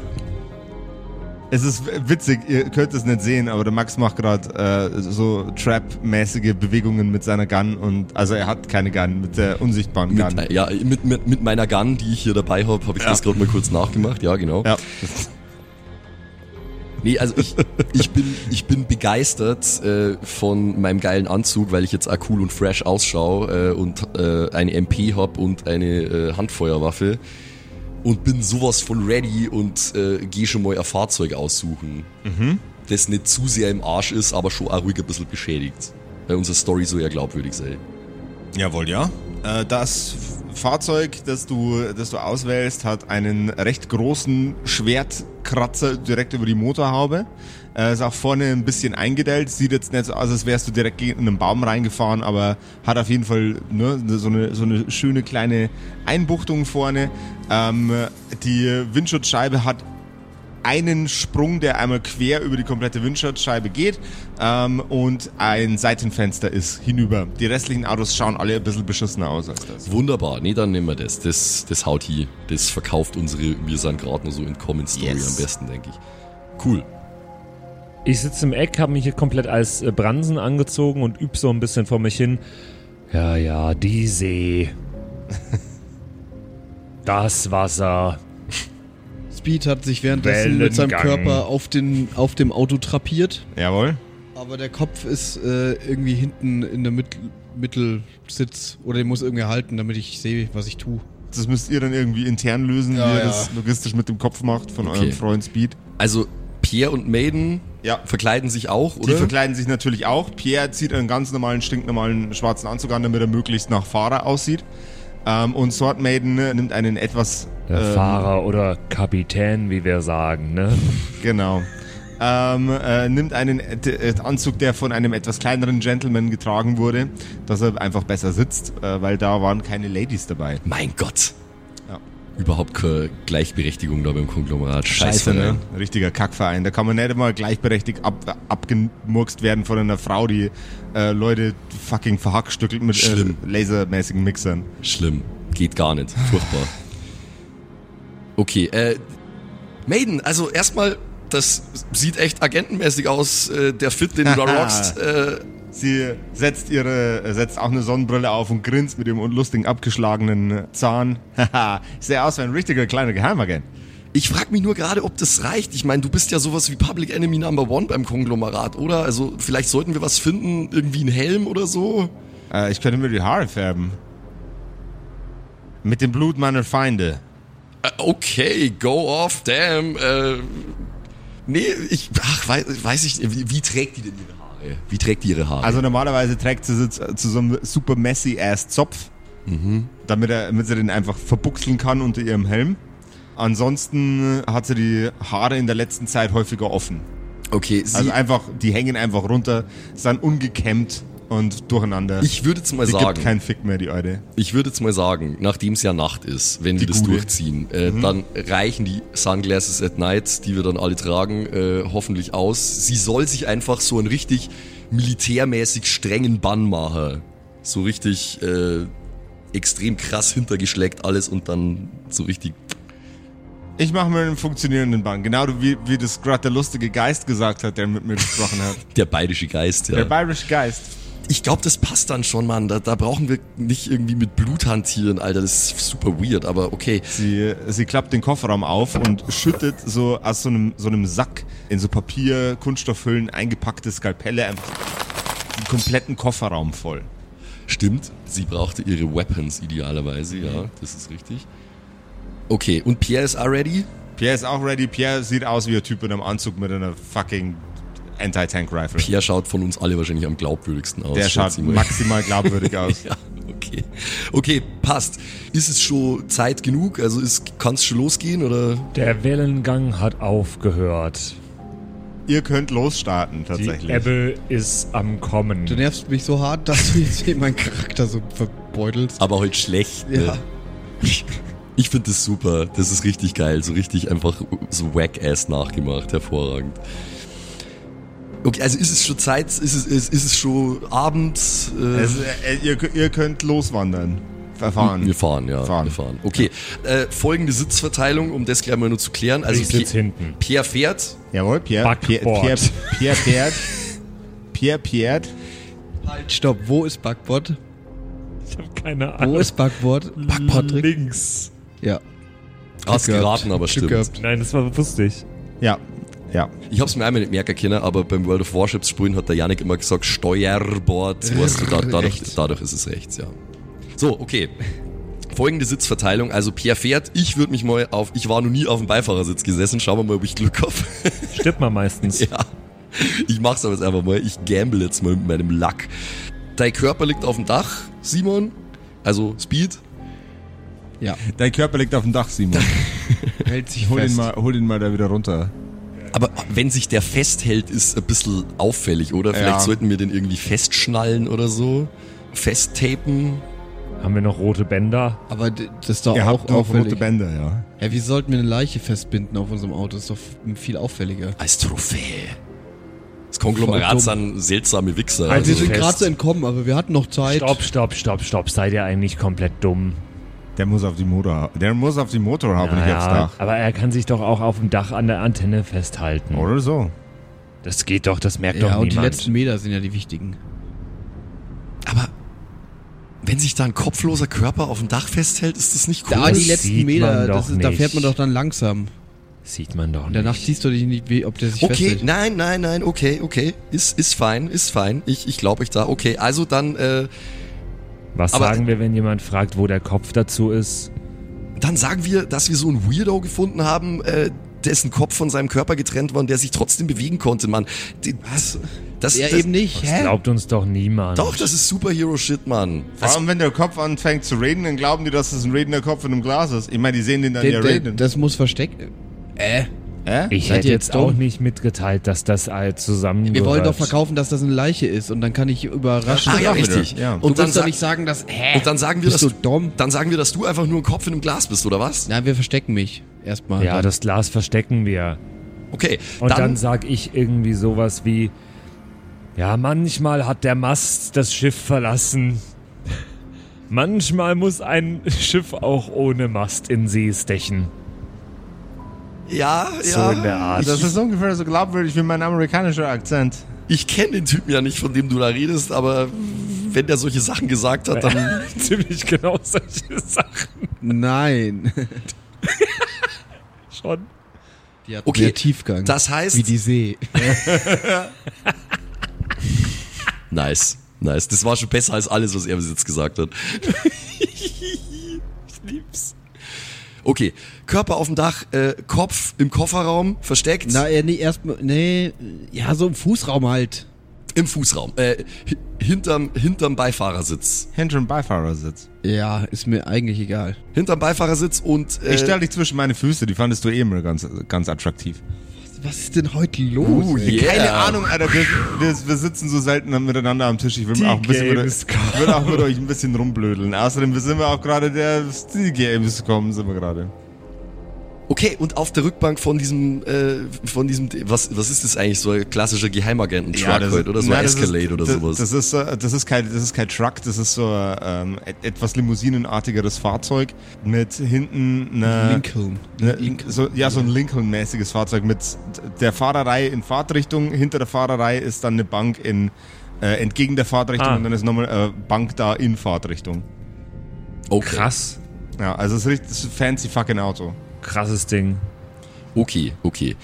S1: Es ist w- witzig, ihr könnt es nicht sehen, aber der Max macht gerade äh, so Trap-mäßige Bewegungen mit seiner Gun und also er hat keine Gun, mit der unsichtbaren Gun.
S4: Mit, äh, ja, mit, mit, mit meiner Gun, die ich hier dabei habe, habe ich das gerade mal kurz nachgemacht. Ja, genau.
S1: Ja.
S4: Nee, also ich, ich, bin, ich bin begeistert äh, von meinem geilen Anzug, weil ich jetzt auch cool und fresh ausschaue äh, und äh, eine MP hab und eine äh, Handfeuerwaffe. Und bin sowas von ready und äh, gehe schon mal ein Fahrzeug aussuchen, das nicht zu sehr im Arsch ist, aber schon auch ruhig ein bisschen beschädigt. Weil unsere Story so ja glaubwürdig sei.
S1: Jawohl, ja. Äh, Das F- Fahrzeug, das du, das du auswählst, hat einen recht großen Schwertkratzer direkt über die Motorhaube. Äh, Ist auch vorne ein bisschen eingedellt. Sieht jetzt nicht so aus, als wärst du direkt in einen Baum reingefahren, aber hat auf jeden Fall ne, so, eine, so eine schöne kleine Einbuchtung vorne. Ähm, die Windschutzscheibe hat einen Sprung, der einmal quer über die komplette Windschutzscheibe geht ähm, und ein Seitenfenster ist hinüber. Die restlichen Autos schauen alle ein bisschen beschissener aus als das.
S4: Wunderbar, nee, dann nehmen wir das. Das, das haut hier. Das verkauft unsere Wir sind gerade nur so in Common Story
S1: Yes.
S4: am besten, denke ich. Cool.
S3: Ich sitze im Eck, habe mich hier komplett als äh, Bransen angezogen und üb so ein bisschen vor mich hin. Ja, ja, die See. Das Wasser.
S5: Speed hat sich währenddessen mit seinem
S3: Wellengang.
S5: Körper auf, den, auf dem Auto trapiert,
S1: Jawohl.
S5: aber der Kopf ist äh, irgendwie hinten in der Mit Mittelsitz oder den muss irgendwie halten, damit ich sehe, was ich tue.
S1: Das müsst ihr dann irgendwie intern lösen,
S5: Ja,
S1: wie ihr
S5: ja.
S1: das logistisch mit dem Kopf macht von
S4: Okay.
S1: eurem Freund Speed.
S4: Also, Pierre und Maiden
S1: Ja.
S4: verkleiden sich auch,
S1: Die
S4: oder?
S1: verkleiden sich natürlich auch. Pierre zieht einen ganz normalen, stinknormalen schwarzen Anzug an, damit er möglichst nach Fahrer aussieht. Ähm, und Sword Maiden äh, nimmt einen etwas
S3: Der
S1: ähm,
S3: Fahrer oder Kapitän, wie wir sagen, ne?
S1: Genau. Ähm, äh, nimmt einen äh, d- äh, Anzug, der von einem etwas kleineren Gentleman getragen wurde, dass er einfach besser sitzt, äh, weil da waren keine Ladies dabei.
S4: mein Gott.
S1: Ja.
S4: Überhaupt keine Gleichberechtigung da beim Konglomerat. Scheiße, ne?
S1: Richtiger Kackverein. Da kann man nicht mal gleichberechtigt ab, abgemurkst werden von einer Frau, die äh, Leute fucking verhackstückelt mit äh,
S4: Schlimm.
S1: lasermäßigen Mixern.
S4: Schlimm. Geht gar nicht. Furchtbar. Okay, äh, Maiden, also erstmal, das sieht echt agentenmäßig aus, äh, der Fit, den du da rockst. Äh,
S1: Sie setzt ihre, äh, setzt auch eine Sonnenbrille auf und grinst mit dem unlustigen abgeschlagenen Zahn. Haha, ich sehe aus wie ein richtiger kleiner Geheimagent.
S4: Ich frage mich nur gerade, ob das reicht. Ich meine, du bist ja sowas wie Public Enemy Number One beim Konglomerat, oder? Also vielleicht sollten wir was finden, irgendwie einen Helm oder so.
S1: Äh, ich könnte mir die Haare färben. Mit dem Blut meiner Feinde.
S4: Äh, okay, go off, damn. Äh, nee, ich ach, weiß, weiß ich, nicht. wie, wie trägt die denn ihre Haare? Wie trägt die ihre Haare?
S1: Also normalerweise trägt sie sie zu, zu so einem super messy ass Zopf,
S4: Mhm.
S1: damit, er, damit sie den einfach verbuchseln kann unter ihrem Helm. Ansonsten hat sie die Haare in der letzten Zeit häufiger offen.
S4: okay, sie,
S1: Also einfach, die hängen einfach runter, sind ungekämmt und durcheinander.
S4: ich würde jetzt mal
S1: sie
S4: sagen,
S1: gibt keinen Fick mehr, die Alte.
S4: ich würde jetzt mal sagen, nachdem es ja Nacht ist, wenn
S1: Die
S4: wir das
S1: Gute. Mhm.
S4: durchziehen, äh, dann reichen die Sunglasses at Night, die wir dann alle tragen, äh, hoffentlich aus. Sie soll sich einfach so einen richtig militärmäßig strengen Bann machen. So richtig äh, extrem krass hintergeschleckt alles und dann so richtig
S1: Ich mache mir einen funktionierenden Bann, genau wie, wie das gerade der lustige Geist gesagt hat, der mit mir gesprochen hat.
S4: der bayerische Geist. Ja.
S1: Der bayerische Geist.
S4: ich glaube, das passt dann schon, Mann. Da, da brauchen wir nicht irgendwie mit Blut hantieren, Alter. Das ist super weird, aber okay.
S1: Sie, sie klappt den Kofferraum auf und schüttet so aus so einem, so einem Sack in so Papier, Kunststoffhüllen eingepackte Skalpelle einfach den kompletten Kofferraum voll.
S4: Stimmt, sie brauchte ihre Weapons idealerweise, ja, das ist richtig. Okay, und Pierre ist already?
S1: Pierre ist auch ready. Pierre sieht aus wie ein Typ in einem Anzug mit einer fucking Anti-Tank-Rifle.
S4: Pierre schaut von uns alle wahrscheinlich am glaubwürdigsten aus.
S1: Der schaut
S4: schätze ich mal.
S1: maximal glaubwürdig aus.
S4: Ja, okay. Okay, passt. Ist es schon Zeit genug? Also kann es schon losgehen oder?
S3: Der Wellengang hat aufgehört.
S1: Ihr könnt losstarten tatsächlich.
S3: Die Ebbe ist am Kommen.
S5: Du nervst mich so hart, dass du jetzt hier meinen Charakter so verbeutelst.
S4: Aber heute schlecht. Ne?
S5: Ja.
S4: Ich finde das super. Das ist richtig geil. So richtig einfach so whack-ass nachgemacht. Hervorragend. Okay, also ist es schon Zeit? Ist es, ist, ist es schon abends? Äh,
S1: Es, äh, ihr, ihr könnt loswandern. Verfahren.
S4: Wir fahren, ja.
S1: Fahren.
S4: Wir fahren. Okay, äh, folgende Sitzverteilung, um das gleich mal nur zu klären. Also
S3: ich sitz
S4: Pierre,
S3: hinten.
S4: Pierre fährt.
S1: Jawohl, Pierre. Pierre,
S3: Backbord.
S1: Pierre, Pierre, Pierre. Pierre, Pierre.
S5: Halt, stopp. Wo ist Backbord?
S3: Ich habe keine
S5: Wo
S3: Ahnung.
S5: ist Backbord? Backpatrick?
S3: Links.
S5: Ja.
S4: Hast
S5: Glück gehabt.
S4: geraten, aber
S5: Glück
S4: stimmt.
S5: gehabt.
S3: Nein, das war wusste ich.
S1: Ja, ja.
S4: Ich hab's mir einmal nicht merken können, aber beim World of Warships Sprühen hat der Janik immer gesagt, Steuerbord. Weißt du, da, dadurch,
S5: Rechts.
S4: dadurch ist es rechts, ja. So, okay. Folgende Sitzverteilung, also Pierre fährt, ich würde mich mal auf, ich war noch nie auf dem Beifahrersitz gesessen, schauen wir mal, ob ich Glück habe.
S3: Stirbt man meistens.
S4: Ja. Ich mach's aber jetzt einfach mal. Ich gamble jetzt mal mit meinem Lack. Dein Körper liegt auf dem Dach, Simon. Also Speed.
S5: Ja.
S1: Dein Körper liegt auf dem Dach, Simon.
S5: Hält sich
S1: Hol
S5: fest.
S1: ihn, mal, hol ihn mal da wieder runter.
S4: Aber wenn sich der festhält, ist ein bisschen auffällig, oder? Vielleicht
S1: Ja.
S4: sollten wir den irgendwie festschnallen oder so. Festtapen.
S3: Haben wir noch rote Bänder?
S5: Aber d- das ist doch
S1: Ihr
S5: auch
S1: habt auch rote
S5: auffällig.
S1: Bänder, ja.
S5: Hä, wie sollten wir eine Leiche festbinden auf unserem Auto? Das ist doch f- viel auffälliger.
S4: Als Trophäe. Das
S5: Voll dumm.
S4: Konglomerat sind seltsame
S3: Also
S4: Wichser.
S5: wir
S4: Also,
S5: sind
S3: fest.
S5: gerade so entkommen, aber wir hatten noch Zeit.
S3: Stopp, stopp, stopp, stopp. Seid ihr eigentlich komplett dumm?
S1: Der muss auf die Motor, der muss auf die Motorhaube, nicht
S3: Naja,
S1: aufs Dach.
S3: aber er kann sich doch auch auf dem Dach an der Antenne festhalten.
S1: Oder so.
S3: Das geht doch, das merkt
S5: Ja,
S3: doch
S5: und die
S3: niemand.
S5: letzten Meter sind ja die wichtigen.
S4: aber wenn sich da ein kopfloser Körper auf dem Dach festhält, ist das nicht cool.
S5: Da Ah, die
S3: Das
S5: letzten
S3: sieht
S5: Meter,
S3: man doch
S5: das ist, da
S3: nicht.
S5: fährt man doch dann langsam.
S3: Sieht man doch
S5: Und
S3: nicht.
S5: danach siehst du dich nicht, wie, ob der sich
S4: Okay,
S5: festhält.
S4: nein, nein, nein, okay, okay. Ist, ist fein, ist fein. Ich, ich glaube ich da. Okay, also dann, äh,
S3: Was
S4: aber-
S3: sagen wir, wenn jemand fragt, wo der Kopf dazu ist?
S4: dann sagen wir, dass wir so einen Weirdo gefunden haben, äh, dessen Kopf von seinem Körper getrennt war und der sich trotzdem bewegen konnte, Mann. Die, Was? Das,
S5: Ja,
S4: das,
S5: eben nicht.
S3: Das glaubt uns doch niemand.
S4: Doch, das ist Superhero-Shit, Mann.
S1: Vor allem, wenn der Kopf anfängt zu reden, dann glauben die, dass es ein redender Kopf in einem Glas ist. Ich meine, die sehen den dann ja
S5: Den, den,
S1: reden.
S5: das muss versteckt. Äh?
S1: Äh?
S3: ich
S5: Seid
S3: hätte
S5: ihr
S3: jetzt
S5: jetzt dumm?
S3: auch nicht mitgeteilt, dass das all zusammen.
S5: Wir wollen doch verkaufen, dass das eine Leiche ist und dann kann ich überraschen.
S4: Ah ja,
S1: auch wieder.
S4: richtig.
S1: Ja.
S5: Du
S4: Und, dann
S5: kannst doch
S4: sa-
S5: nicht sagen, dass. Hä?
S4: und dann sagen wir, dass
S5: Bist du
S4: du,
S5: dumm?
S4: dann sagen wir, dass du einfach nur ein Kopf in einem Glas bist, oder was?
S5: Nein, wir verstecken mich. Erstmal.
S3: Ja,
S5: Dann-
S3: das Glas verstecken wir.
S4: Okay,
S3: Und dann,
S4: dann,
S3: sag ich irgendwie sowas wie: Ja, manchmal hat der Mast das Schiff verlassen. Manchmal muss ein Schiff auch ohne Mast in See stechen.
S4: ja,
S3: So
S4: ja.
S3: in der Art.
S1: Also, Das ist ungefähr so glaubwürdig wie mein amerikanischer Akzent.
S4: Ich kenne den Typen ja nicht, von dem du da redest, aber wenn der solche Sachen gesagt hat, dann
S3: Ziemlich genau solche Sachen
S5: Nein.
S3: schon.
S5: Die hat
S4: Okay,
S5: mehr Tiefgang.
S4: das heißt-
S5: Wie die See.
S4: Nice, nice. Das war schon besser als alles, was er bis jetzt gesagt hat. ich lieb's. Okay, Körper auf dem Dach, äh, Kopf im Kofferraum, versteckt.
S5: Na, ja, nee, erstmal. Nee. Ja, so im Fußraum halt.
S4: Im Fußraum, äh, hi- hinterm, hinterm Beifahrersitz.
S1: Hinter dem Beifahrersitz.
S5: Ja, ist mir eigentlich egal.
S4: Hinterm Beifahrersitz und... Äh,
S1: Ich stell dich zwischen meine Füße, die fandest du eh immer ganz, ganz attraktiv.
S5: Was ist denn heute los?
S4: Oh,
S5: ey?
S4: yeah.
S1: Keine Ahnung, Alter, wir, wir, wir sitzen so selten miteinander am Tisch. Ich will auch ein bisschen mit, ich will auch mit euch ein bisschen rumblödeln. Außerdem sind wir auch gerade der Steel Games kommen, sind wir gerade.
S4: Okay, und auf der Rückbank von diesem, äh, von diesem, was, was ist das eigentlich, so ein klassischer Geheimagenten-Truck heute, oder so
S1: nein,
S4: ein
S1: das ist-
S4: Escalade oder
S1: das,
S4: sowas.
S1: Das ist, äh, das, ist kein, das ist kein Truck, das ist so äh, ähm, et- etwas limousinenartigeres Fahrzeug mit hinten einer,
S5: Lincoln.
S1: Ne,
S5: Lincoln.
S1: So, ja, so ein Lincoln-mäßiges Fahrzeug mit der Fahrerei in Fahrtrichtung. Hinter der Fahrerei ist dann eine Bank in äh, entgegen der Fahrtrichtung
S3: Ah.
S1: und dann ist nochmal äh, Bank da in Fahrtrichtung.
S4: Okay.
S3: Krass.
S1: Ja, also es ist richtig das ist ein fancy fucking Auto.
S3: Krasses Ding.
S4: Okay, okay.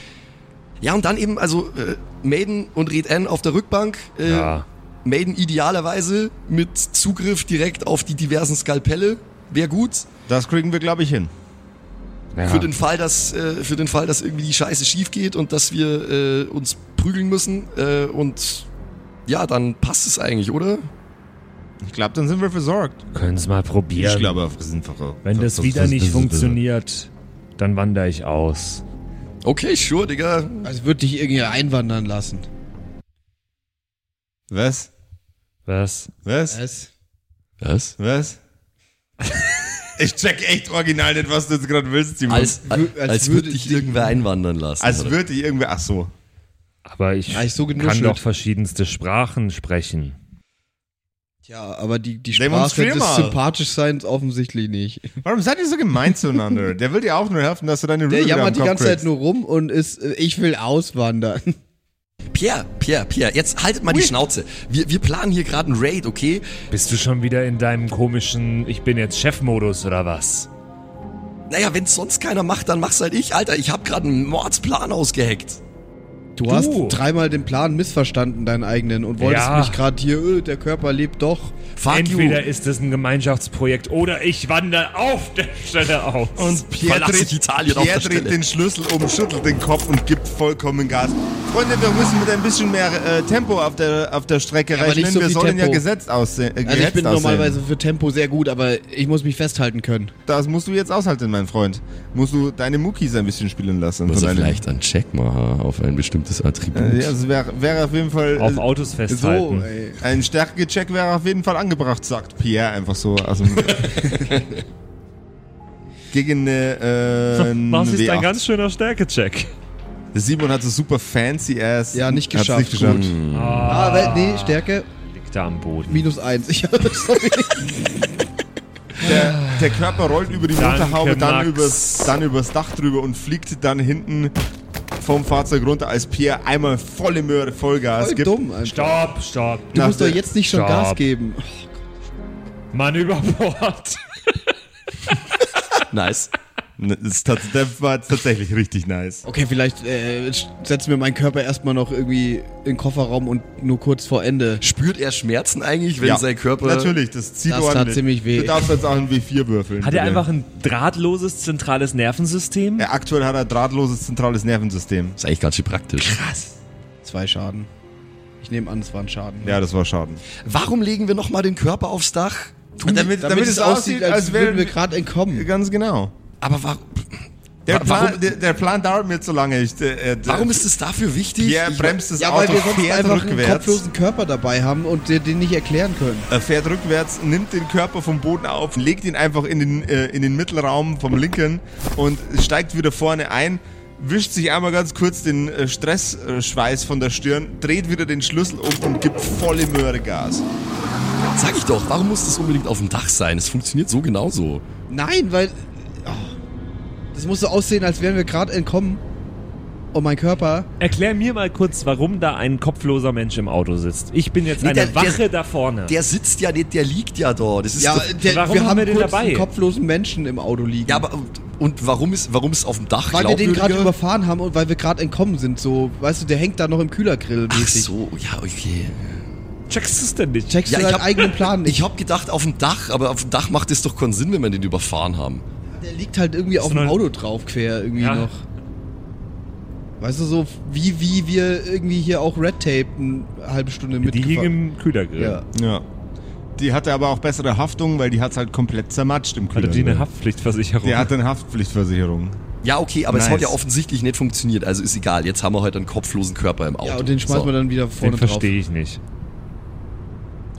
S4: Ja, und dann eben, also äh, Maiden und Red Ann auf der Rückbank. Äh,
S3: Ja.
S4: Maiden idealerweise mit Zugriff direkt auf die diversen Skalpelle. Wäre gut.
S1: Das kriegen wir, glaube ich, hin.
S3: ja.
S4: Für, den Fall, dass, äh, für den Fall, dass irgendwie die Scheiße schief geht und dass wir äh, uns prügeln müssen. Äh, und ja, dann passt es eigentlich, oder?
S1: Ich glaube, dann sind wir versorgt.
S3: Können es mal probieren.
S1: glaube, wir sind versorgt.
S3: Wenn das wieder nicht funktioniert, dann wandere ich aus.
S4: Okay, sure, Digga.
S5: Also würde dich irgendwie einwandern lassen.
S1: Was?
S3: Was?
S1: Was?
S5: Was?
S4: Was?
S1: Was? ich check echt original nicht, was du jetzt gerade willst, Simon.
S4: Als, als,
S5: als
S4: als
S5: würde
S4: würde dich
S5: ich-
S4: irgendwer einwandern lassen.
S1: Als
S4: oder?
S1: würde ich irgendwie. Ach so.
S3: Aber ich
S5: Eigentlich so
S3: kann
S5: genuschelt.
S3: doch verschiedenste Sprachen sprechen.
S5: Tja, aber die, die Sprache
S1: Demonstrier
S5: des
S1: mal.
S5: Sympathischseins offensichtlich nicht.
S4: Hm,
S1: Warum seid ihr so gemein zueinander? Der will dir auch nur helfen, dass du deine
S5: Der
S1: Rübe wieder am
S5: jammert die
S1: Kopf
S5: ganze
S1: kriegst.
S5: Zeit nur rum und ist, äh, ich will auswandern.
S4: Pierre, Pierre, Pierre, jetzt haltet mal die Schnauze. Wir, wir planen hier gerade einen Raid, okay?
S3: Bist du schon wieder in deinem komischen Ich bin jetzt Chefmodus oder was?
S4: Naja, wenn sonst keiner macht, dann mach's halt ich. Alter, ich hab gerade einen Mordsplan ausgeheckt.
S5: Du, hast
S3: Du.
S5: dreimal den Plan missverstanden, deinen eigenen, und wolltest
S3: Ja.
S5: mich gerade hier, öh, der Körper lebt doch.
S4: Fuck
S3: Entweder
S4: you.
S3: ist es ein Gemeinschaftsprojekt oder ich wandere auf der Stelle aus.
S1: Und Pierre
S4: Verlasse
S1: dreht,
S4: ich Italien auf
S1: Pierre
S4: der
S1: dreht
S4: Stelle.
S1: den Schlüssel um, schüttelt den Kopf und gibt vollkommen Gas. Freunde, wir müssen mit ein bisschen mehr äh, Tempo auf der, auf der Strecke
S5: aber
S1: rechnen.
S5: nicht so
S1: wir
S5: viel
S1: sollen ja
S5: Tempo.
S1: gesetzt aussehen. Äh,
S5: Also ich
S1: gehetzt
S5: bin
S1: aussehen.
S5: normalerweise für Tempo sehr gut, aber ich muss mich festhalten können.
S1: Das musst du jetzt aushalten, mein Freund. Musst du deine Muckis ein bisschen spielen lassen.
S4: Muss
S1: von
S4: er
S1: deinem-
S4: vielleicht einen Checkmacher auf ein bestimmtes Attribut.
S1: Äh, ja, das wäre wär auf jeden Fall.
S3: auf
S1: äh,
S3: Autos
S5: So,
S3: festhalten.
S5: ey.
S1: ein Stärkecheck wäre auf jeden Fall angebracht, sagt Pierre einfach so. aus dem Gegen eine. Äh,
S3: was ist ein
S1: W8.
S3: ganz schöner Stärkecheck?
S1: Simon hat so super fancy ass.
S5: Ja, nicht
S1: Hat's
S5: geschafft.
S1: geschafft.
S5: Gut. Ah, weil- nee, Stärke,
S3: Liegt da am Boden.
S5: minus eins. Ich, sorry.
S1: Der, der Körper rollt über die
S3: Danke,
S1: Motorhaube, dann
S3: Max.
S1: übers, dann übers Dach drüber und fliegt dann hinten vom Fahrzeug runter, als Pierre einmal volle Möhre Vollgas
S5: Voll
S1: gibt.
S5: dumm einfach.
S3: Stopp, stopp.
S5: Du musst doch jetzt nicht schon
S3: Stopp.
S5: Gas geben.
S3: Mann über Bord.
S4: Nice.
S1: Ne, Das, ist tats- das war tatsächlich richtig nice.
S5: Okay, vielleicht äh, setzen wir meinen Körper erstmal noch irgendwie in den Kofferraum und nur kurz vor Ende.
S4: Spürt er Schmerzen eigentlich, wenn
S1: Ja,
S4: sein Körper.
S1: Natürlich, das zieht
S5: Das tat
S1: ordentlich.
S5: ziemlich weh.
S1: Du darfst jetzt auch ein W4 würfeln.
S3: Hat er
S1: bitte.
S3: einfach ein drahtloses zentrales Nervensystem?
S1: Ja, aktuell hat er drahtloses zentrales Nervensystem.
S4: Ist eigentlich ganz schön praktisch.
S5: Zwei Schaden. Ich nehme an, es war ein Schaden.
S1: Ja, das war Schaden.
S4: Warum legen wir nochmal den Körper aufs Dach? ähm,
S1: Damit, damit, es aussieht, als, wären
S5: würden wir gerade entkommen.
S1: Ganz genau.
S4: Aber wa
S1: Der
S4: Wa- warum-
S1: Plan, der, der Plan dauert mir zu lange. Ich, äh, äh,
S4: warum ist es dafür wichtig?
S1: Pierre
S4: Ich-
S1: bremst das
S5: Ja, weil
S1: Auto
S5: wir sonst
S1: fährt
S5: einfach einen
S1: rückwärts.
S5: kopflosen Körper dabei haben und den, den nicht erklären können.
S1: Er fährt rückwärts, nimmt den Körper vom Boden auf, legt ihn einfach in den, äh, in den Mittelraum vom Linken und steigt wieder vorne ein, wischt sich einmal ganz kurz den äh, Stressschweiß von der Stirn, dreht wieder den Schlüssel um und gibt volle Möhre Gas.
S4: Sag ich doch, warum muss das unbedingt auf dem Dach sein? Es funktioniert so genauso.
S5: Nein, weil. Oh, das muss so aussehen, als wären wir gerade entkommen. Und mein Körper.
S3: Erklär mir mal kurz, warum da ein kopfloser Mensch im Auto sitzt. Ich bin jetzt
S4: Nee,
S3: eine
S4: der- der-
S3: Wache da vorne.
S4: Der sitzt ja nicht, der liegt ja da. Das ist doch-
S5: der,
S3: warum
S5: wir
S3: haben
S5: haben
S3: wir den
S5: kurz
S3: dabei?
S5: einen kopflosen Menschen im Auto liegen.
S4: ja aber und, und warum ist warum ist auf dem Dach
S5: weil wir den gerade
S4: glaubwürdiger?
S5: überfahren haben und weil wir gerade entkommen sind. So, weißt du, der hängt da noch im Kühlergrill
S4: Ach
S5: mäßig.
S4: so, ja, okay.
S3: Checkst du es denn nicht?
S5: Checkst
S4: Ja,
S5: du
S4: ich
S5: deinen
S4: hab-
S5: eigenen Plan nicht?
S4: Ich hab gedacht auf dem Dach, aber auf dem Dach macht es doch keinen Sinn, wenn wir den überfahren haben.
S5: der liegt halt irgendwie auf
S3: noch
S5: dem
S3: ein-
S5: Auto drauf, quer irgendwie
S3: Ja.
S5: noch. Weißt du, so wie, wie wir irgendwie hier auch Red Tape eine halbe Stunde
S3: Die hing
S5: mitgefahren
S3: im Kühlergrill.
S5: Ja.
S1: Ja. Die hatte aber auch bessere Haftung, weil die hat's halt komplett zermatscht im
S3: Hatte
S1: Kühler.
S3: die eine Haftpflichtversicherung?
S1: Der hat eine Haftpflichtversicherung.
S4: Ja, okay, aber es
S1: Nice.
S4: hat ja offensichtlich nicht funktioniert, also ist egal. Jetzt haben wir heute einen kopflosen Körper im Auto.
S5: Ja, und den schmeißen
S4: So.
S5: wir dann wieder
S3: Den
S5: vorne drauf.
S3: verstehe ich nicht.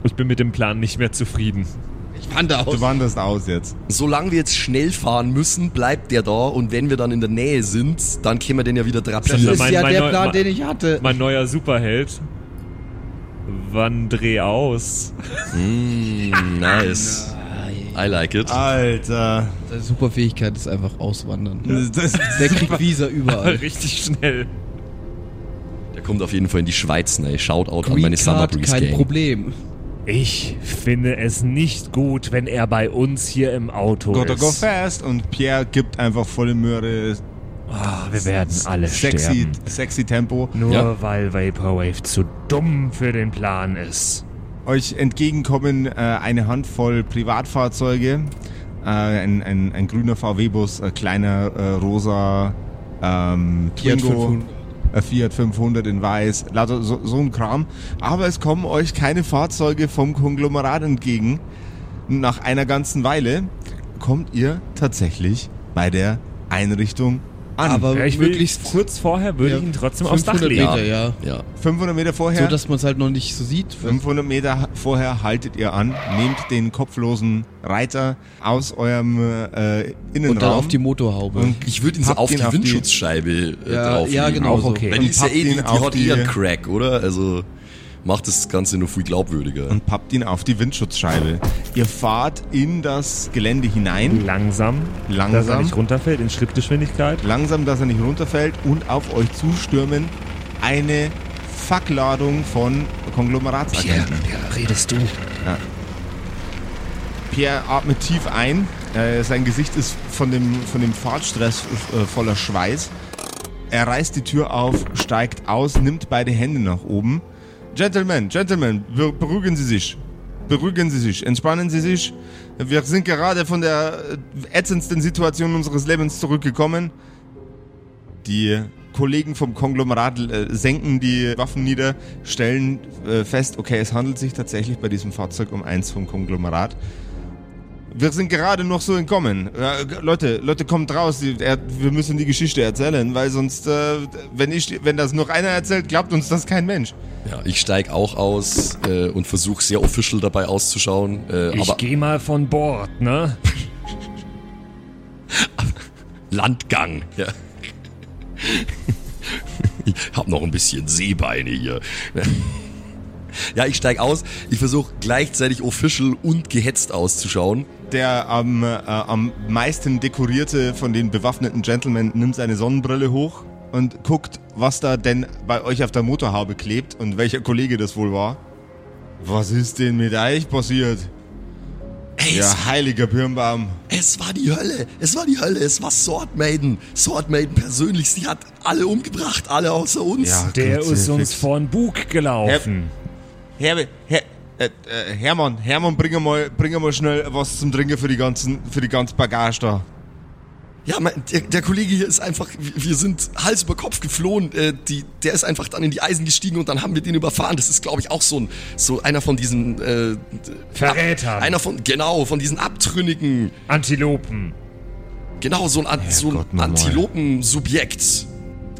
S3: Ich bin mit dem Plan nicht mehr zufrieden.
S5: Ich wandere aus.
S1: Du wanderst aus jetzt.
S4: Solange wir jetzt schnell fahren müssen, bleibt der da und wenn wir dann in der Nähe sind, dann können wir den ja wieder
S5: Das
S4: drapieren.
S5: ist
S3: mein-
S5: ja
S3: mein
S5: der
S3: neu-
S5: Plan,
S3: mein-
S5: den ich hatte.
S3: Mein neuer Superheld. Wann dreh aus?
S4: Nice. I like it.
S1: Alter.
S5: Seine Superfähigkeit ist einfach auswandern.
S1: Das,
S5: Der kriegt Visa überall.
S3: Richtig schnell.
S4: Der kommt auf jeden Fall in die Schweiz, ne? Shoutout an
S5: Green
S4: meine Summer
S5: Card,
S4: Breeze
S5: kein
S4: Gang.
S5: Problem.
S3: Ich finde es nicht gut, wenn er bei uns hier im Auto
S1: gotta
S3: ist.
S1: go fast. Und Pierre gibt einfach volle Möhre.
S3: Ah, wir werden alle
S1: Sexy,
S3: sterben.
S1: sexy Tempo.
S3: Nur
S4: Ja.
S3: weil Vaporwave zu dumm für den Plan ist.
S1: Euch entgegenkommen äh, eine Handvoll Privatfahrzeuge, äh, ein, ein, ein grüner VW-Bus, ein kleiner äh, rosa ähm,
S5: Fiat
S1: Twingo,
S5: 500.
S1: ein Fiat 500 in weiß, lauter so, so ein Kram. Aber es kommen euch keine Fahrzeuge vom Konglomerat entgegen. Nach einer ganzen Weile kommt ihr tatsächlich bei der Einrichtung an.
S5: Aber
S3: Ja, ich will
S5: Also möglichst
S3: kurz vorher würde
S5: Ja,
S3: ich ihn trotzdem aufs Dach
S5: 500
S3: legen.
S5: Meter, ja.
S4: Ja.
S1: 500 Meter vorher,
S5: So, dass man es halt noch nicht so sieht.
S1: 500 Meter vorher haltet ihr an, nehmt den kopflosen Reiter aus eurem äh, Innenraum.
S5: Und dann auf die Motorhaube.
S1: Und
S4: Ich würde ihn so
S1: Packt
S4: auf die
S1: ihn auf die-
S4: Windschutzscheibe äh,
S5: Ja,
S4: drauflegen.
S5: ja, genau
S3: Auch
S5: so.
S3: okay.
S4: Weil die ist ja
S1: Und
S4: eh, die,
S1: packt
S4: die
S1: ihn auf
S4: hat
S1: die-
S4: eh einen Crack, oder? Also macht das Ganze nur viel glaubwürdiger.
S1: und pappt ihn auf die Windschutzscheibe. Ihr fahrt in das Gelände hinein,
S3: Langsam, dass er
S1: Langsam.
S3: nicht runterfällt in Schrittgeschwindigkeit.
S1: langsam, dass er nicht runterfällt und auf euch zustürmen eine Fackladung von Konglomeratsagenten.
S3: redest du?
S1: Pierre atmet tief ein. Äh, sein Gesicht ist von dem, von dem Fahrtstress äh, voller Schweiß. Er reißt die Tür auf, steigt aus, nimmt beide Hände nach oben. Gentlemen, Gentlemen, ber- beruhigen Sie sich. Beruhigen Sie sich, entspannen Sie sich. Wir sind gerade von der äh, ätzendsten Situation unseres Lebens zurückgekommen. Die Kollegen vom Konglomerat äh, senken die Waffen nieder, stellen äh, fest, okay, es handelt sich tatsächlich bei diesem Fahrzeug um eins vom Konglomerat. Wir sind gerade noch so entkommen. Äh, g- Leute, Leute, kommt raus. die- Er, wir müssen die Geschichte erzählen, weil sonst, äh, wenn, ich, wenn das noch einer erzählt, glaubt uns das kein Mensch.
S4: Ja, ich steige auch aus äh, und versuche sehr official dabei auszuschauen. Äh,
S3: Ich
S4: aber
S3: geh mal von Bord, ne?
S4: Landgang. Ja. Ich hab noch ein bisschen Seebeine hier. Ja, ich steige aus. Ich versuche gleichzeitig official und gehetzt auszuschauen.
S1: Der am, äh, am meisten dekorierte von den bewaffneten Gentlemen nimmt seine Sonnenbrille hoch und guckt, was da denn bei euch auf der Motorhaube klebt und welcher Kollege das wohl war. Was ist denn mit euch passiert?
S4: Ey,
S1: Ja, heiliger Birnbaum.
S4: es, es war die Hölle. Es war die Hölle. Es war Sword Maiden. Sword Maiden persönlich. Sie hat alle umgebracht. Alle außer uns.
S1: Ja,
S3: Der
S1: Gott sei
S3: ist uns
S1: Fix.
S3: von Bug gelaufen.
S1: Herbe, Her, äh, äh, Hermann, Hermann, bring mal, bring mal schnell was zum Trinken für die ganzen, für die ganze Bagage da.
S4: Ja, mein, der, der Kollege hier ist einfach, wir wir sind Hals über Kopf geflohen. Äh, die, der ist einfach dann in die Eisen gestiegen und dann haben wir den überfahren. Das ist, glaube ich, auch so, ein, so einer von diesen äh,
S3: Verräter.
S4: Einer von, genau, von diesen Abtrünnigen.
S3: Antilopen.
S4: Genau, so ein, An- so
S1: Gott,
S4: ein
S1: nochmal.
S4: Antilopensubjekt.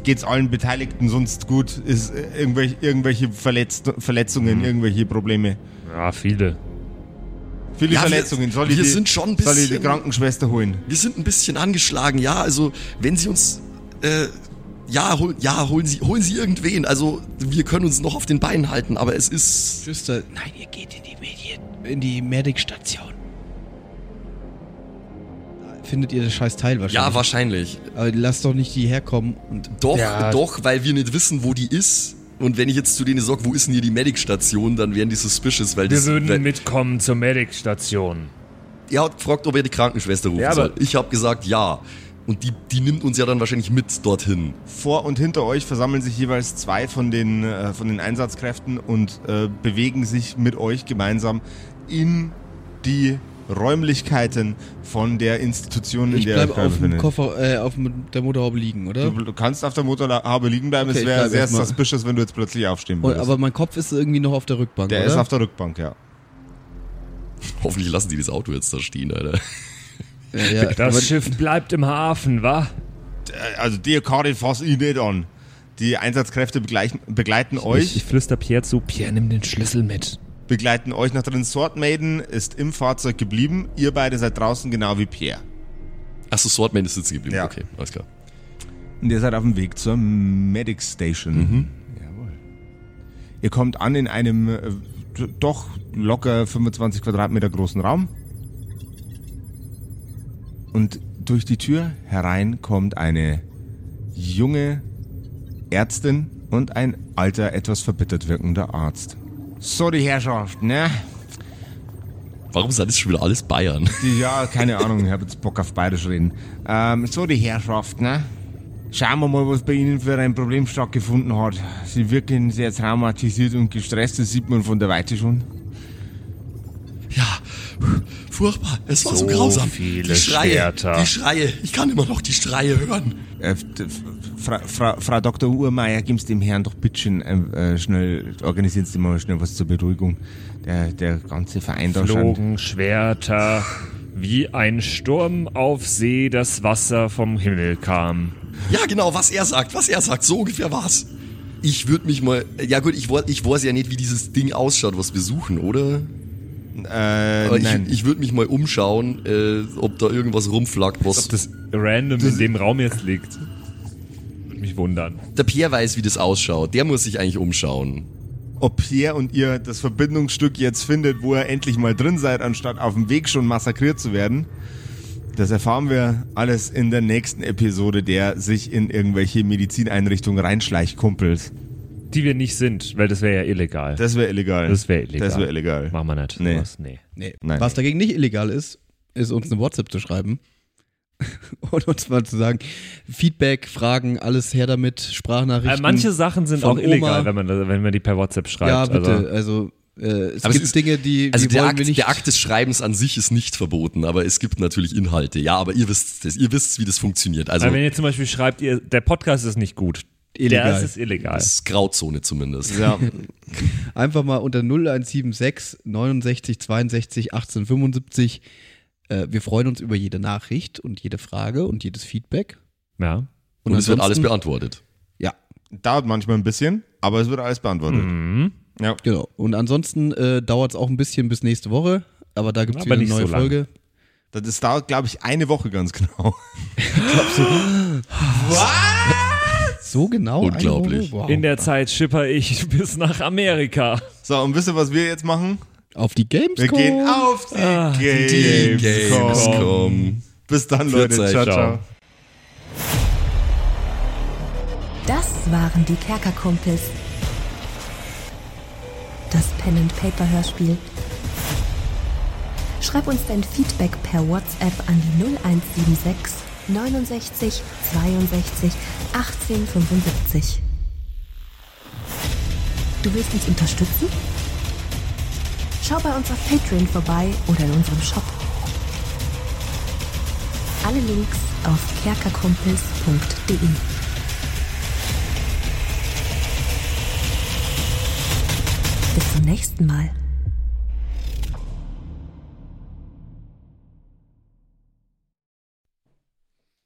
S1: Geht's allen Beteiligten sonst gut? Ist äh, irgendwelche, irgendwelche Verletz, Verletzungen,
S3: Mhm.
S1: irgendwelche Probleme?
S3: Ja, viele.
S1: Viele
S4: Ja, wir-
S1: Verletzungen. Soll ich
S4: wir
S1: die,
S4: sind schon ein
S1: soll ich die
S4: bisschen-
S1: Krankenschwester holen?
S4: Wir sind ein bisschen angeschlagen, ja. Also, wenn sie uns. Äh, ja, hol, ja holen, sie, holen Sie irgendwen. Also, wir können uns noch auf den Beinen halten, aber es ist.
S5: Schüster, nein, ihr geht in die Medien, in die Medic-Station. Findet ihr das scheiß Teil wahrscheinlich?
S4: Ja, wahrscheinlich.
S5: Aber lasst doch nicht die herkommen und
S4: Doch,
S3: Ja.
S4: doch, weil wir nicht wissen, wo die ist. Und wenn ich jetzt zu denen sage, wo ist denn hier die Medic-Station, dann wären die suspicious, weil
S3: Wir
S4: das,
S3: würden
S4: weil,
S3: mitkommen zur Medic-Station.
S4: Er hat gefragt, ob er die Krankenschwester rufen
S3: Ja, aber-
S4: soll. Ich habe gesagt, ja. Und die, die nimmt uns ja dann wahrscheinlich mit dorthin.
S1: Vor und hinter euch versammeln sich jeweils zwei von den, äh, von den Einsatzkräften und äh, bewegen sich mit euch gemeinsam in die Räumlichkeiten von der Institution, in
S5: ich
S1: der
S5: bleib
S1: ihr euch
S5: auf dem
S1: befindet.
S5: Koffer, äh, auf dem- der Motorhaube liegen, oder?
S1: Du bl- kannst auf der Motorhaube liegen bleiben.
S5: Okay,
S1: es
S5: ich
S1: wäre
S5: bleib
S1: sehr
S5: erstmal.
S1: suspicious, wenn du jetzt plötzlich aufstehen
S5: Und,
S1: würdest.
S5: aber mein Kopf ist irgendwie noch auf der Rückbank,
S1: der
S5: oder?
S1: ist auf der Rückbank, ja.
S4: Hoffentlich lassen die das Auto jetzt da stehen, Alter.
S5: ja, ja.
S3: Das
S5: Aber-
S3: Schiff bleibt im Hafen, wa?
S1: Äh, Also die Karte fass ich nicht an. Die Einsatzkräfte begleichen, begleiten
S3: Ich,
S1: euch,
S3: ich flüster Pierre zu. Pierre, nimm den Schlüssel mit.
S1: begleiten euch nach drin. Sword Maiden ist im Fahrzeug geblieben. Ihr beide seid draußen, genau wie Pierre.
S4: Achso, Swordman ist sitzen geblieben.
S1: Ja.
S4: Okay, alles klar.
S1: Und ihr seid auf dem Weg zur Medic Station. Jawohl. Ihr kommt an in einem äh, d- doch locker 25 Quadratmeter großen Raum. Und durch die Tür herein kommt eine junge Ärztin und ein alter, etwas verbittert wirkender Arzt. So, die Herrschaft, ne?
S4: Warum sind das schon wieder alles Bayern?
S1: Die, ja, keine Ahnung, ich habe jetzt Bock auf beides reden. Ähm, so die Herrschaft, ne? Schauen wir mal, was bei Ihnen für ein Problem stattgefunden hat. Sie wirken sehr traumatisiert und gestresst, das sieht man von der Weite schon.
S4: Ja, furchtbar. Es war
S3: So
S4: so, grausam.
S3: viele
S4: die Schreie,
S3: Schwerter.
S4: die Schreie. Ich kann immer noch die Schreie hören.
S1: Äh, d- f- Fra, Fra, Frau Dr. Uhrmeier, gib's dem Herrn doch bitteschön äh, äh, schnell, organisieren Sie mal schnell was zur Beruhigung. Der, der ganze Verein da schon.
S3: Flogen, Schwerter, wie ein Sturm auf See das Wasser vom Himmel kam.
S4: Ja, genau, was er sagt, was er sagt, so ungefähr war's. Ich würde mich mal. Ja, gut, ich, woll- ich weiß ja nicht, wie dieses Ding ausschaut, was wir suchen, oder?
S1: Äh,
S4: Aber
S1: nein.
S4: ich ich würde mich mal umschauen, äh, ob da irgendwas rumflackt, was.
S3: Ob das random in dem Raum jetzt liegt. Würde mich wundern.
S4: Der Pierre weiß, wie das ausschaut. Der muss sich eigentlich umschauen.
S1: ob Pierre und ihr das Verbindungsstück jetzt findet, wo ihr endlich mal drin seid, anstatt auf dem Weg schon massakriert zu werden. Das erfahren wir alles in der nächsten Episode, der sich in irgendwelche Medizineinrichtungen reinschleicht, Kumpels.
S3: Die wir nicht sind, weil das wäre ja illegal.
S1: Das wäre illegal.
S3: Das wäre illegal.
S1: Das wäre illegal.
S3: Machen wir nicht.
S1: Nee.
S3: Sowas, nee.
S5: Nee.
S1: Nein.
S5: Was dagegen nicht illegal ist, ist uns eine WhatsApp zu schreiben. Und uns mal zu sagen, Feedback, Fragen, alles her damit, Sprachnachrichten.
S3: Äh, manche Sachen sind
S5: von
S3: auch illegal,
S5: Oma.
S3: wenn man, da- wenn man die per WhatsApp schreibt.
S5: Ja, bitte.
S3: Also,
S5: Also, äh, es
S4: Aber es
S5: gibt
S4: ist-
S5: Dinge, die,
S4: Also
S5: die
S4: der
S5: wollen
S4: Akt,
S5: wir nicht.
S4: der Akt des Schreibens an sich ist nicht verboten, aber es gibt natürlich Inhalte. Ja, aber ihr wisst das, ihr wisst, wie das funktioniert. Also
S3: Weil wenn ihr zum Beispiel schreibt, ihr, der Podcast ist nicht gut.
S5: Illegal.
S3: Der ist, ist illegal.
S4: das ist Grauzone zumindest.
S1: ja,
S5: Einfach mal unter 0176 69 62 18 75. Äh, wir freuen uns über jede Nachricht und jede Frage und jedes Feedback.
S3: Ja.
S4: Und es wird alles
S5: ansonsten-
S4: beantwortet.
S5: Ja,
S1: dauert manchmal ein bisschen, aber es wird alles beantwortet.
S3: Mhm.
S1: Ja.
S5: genau. Und ansonsten äh, dauert es auch ein bisschen bis nächste Woche, aber da gibt
S3: Aber
S5: es wieder eine
S3: nicht
S5: neue
S3: so lang.
S5: Folge.
S1: Das ist- dauert, glaube ich, eine Woche ganz genau.
S5: So genau. eine
S4: Unglaublich.
S5: Woche? Wow.
S3: In der Zeit schipper ich bis nach Amerika.
S1: So, und wisst ihr, was wir jetzt machen?
S5: Auf die Games.
S1: Wir gehen auf die Gamescom. Bis dann, Leute.
S4: Pfiat euch,
S1: Ciao,
S4: ciao.
S1: ciao.
S2: Das waren die Kerkerkumpels. Das Pen and Paper Hörspiel. Schreib uns dein Feedback per WhatsApp an die 0176 69 62 18 75. Du willst uns unterstützen? Schau bei uns auf Patreon vorbei oder in unserem Shop. Alle Links auf kerkerkumpels.de. Bis zum nächsten Mal.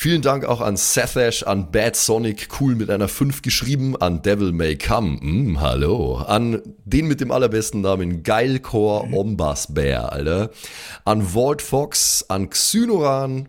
S4: Vielen Dank auch an Sethash, an Bad Sonic, cool mit einer 5 geschrieben, an Devil May Come, mm, hallo, an den mit dem allerbesten Namen Geilcore Ombas Bear, Alter, an Walt Fox, an Xynoran,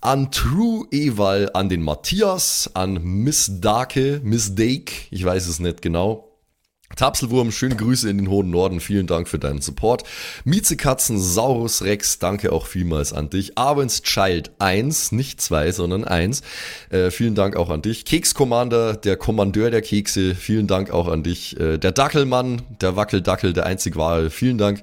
S4: an True Ewal, an den Matthias, an Miss Darke, Miss Dake, ich weiß es nicht genau. Tapselwurm, schöne Grüße in den hohen Norden, vielen Dank für deinen Support. Miezekatzen, Saurus Rex, danke auch vielmals an dich. Arwen's Child 1, nicht 2, sondern 1, äh, vielen Dank auch an dich. Kekskommander, der Kommandeur der Kekse, vielen Dank auch an dich. Äh, der Dackelmann, der Wackeldackel, der einzig wahre, vielen Dank.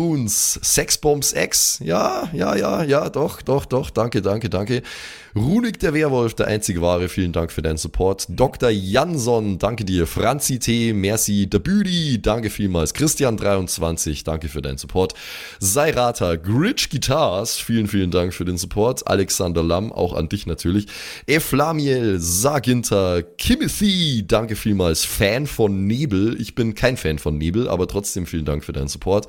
S4: Baboons, Sexbombs X. Ja, ja, ja, ja, doch, doch, doch. Danke, danke, danke. Runik der Werwolf, der einzige Wahre, vielen Dank für deinen Support. Dr. Jansson, danke dir. Franzi T, merci. Der Büdi, danke vielmals. Christian23, danke für deinen Support. Seirata, Gritch Guitars, vielen, vielen Dank für den Support. Alexander Lamm, auch an dich natürlich. Eflamiel, Saginter, Kimothy, danke vielmals. Fan von Nebel, ich bin kein Fan von Nebel, aber trotzdem vielen Dank für deinen Support.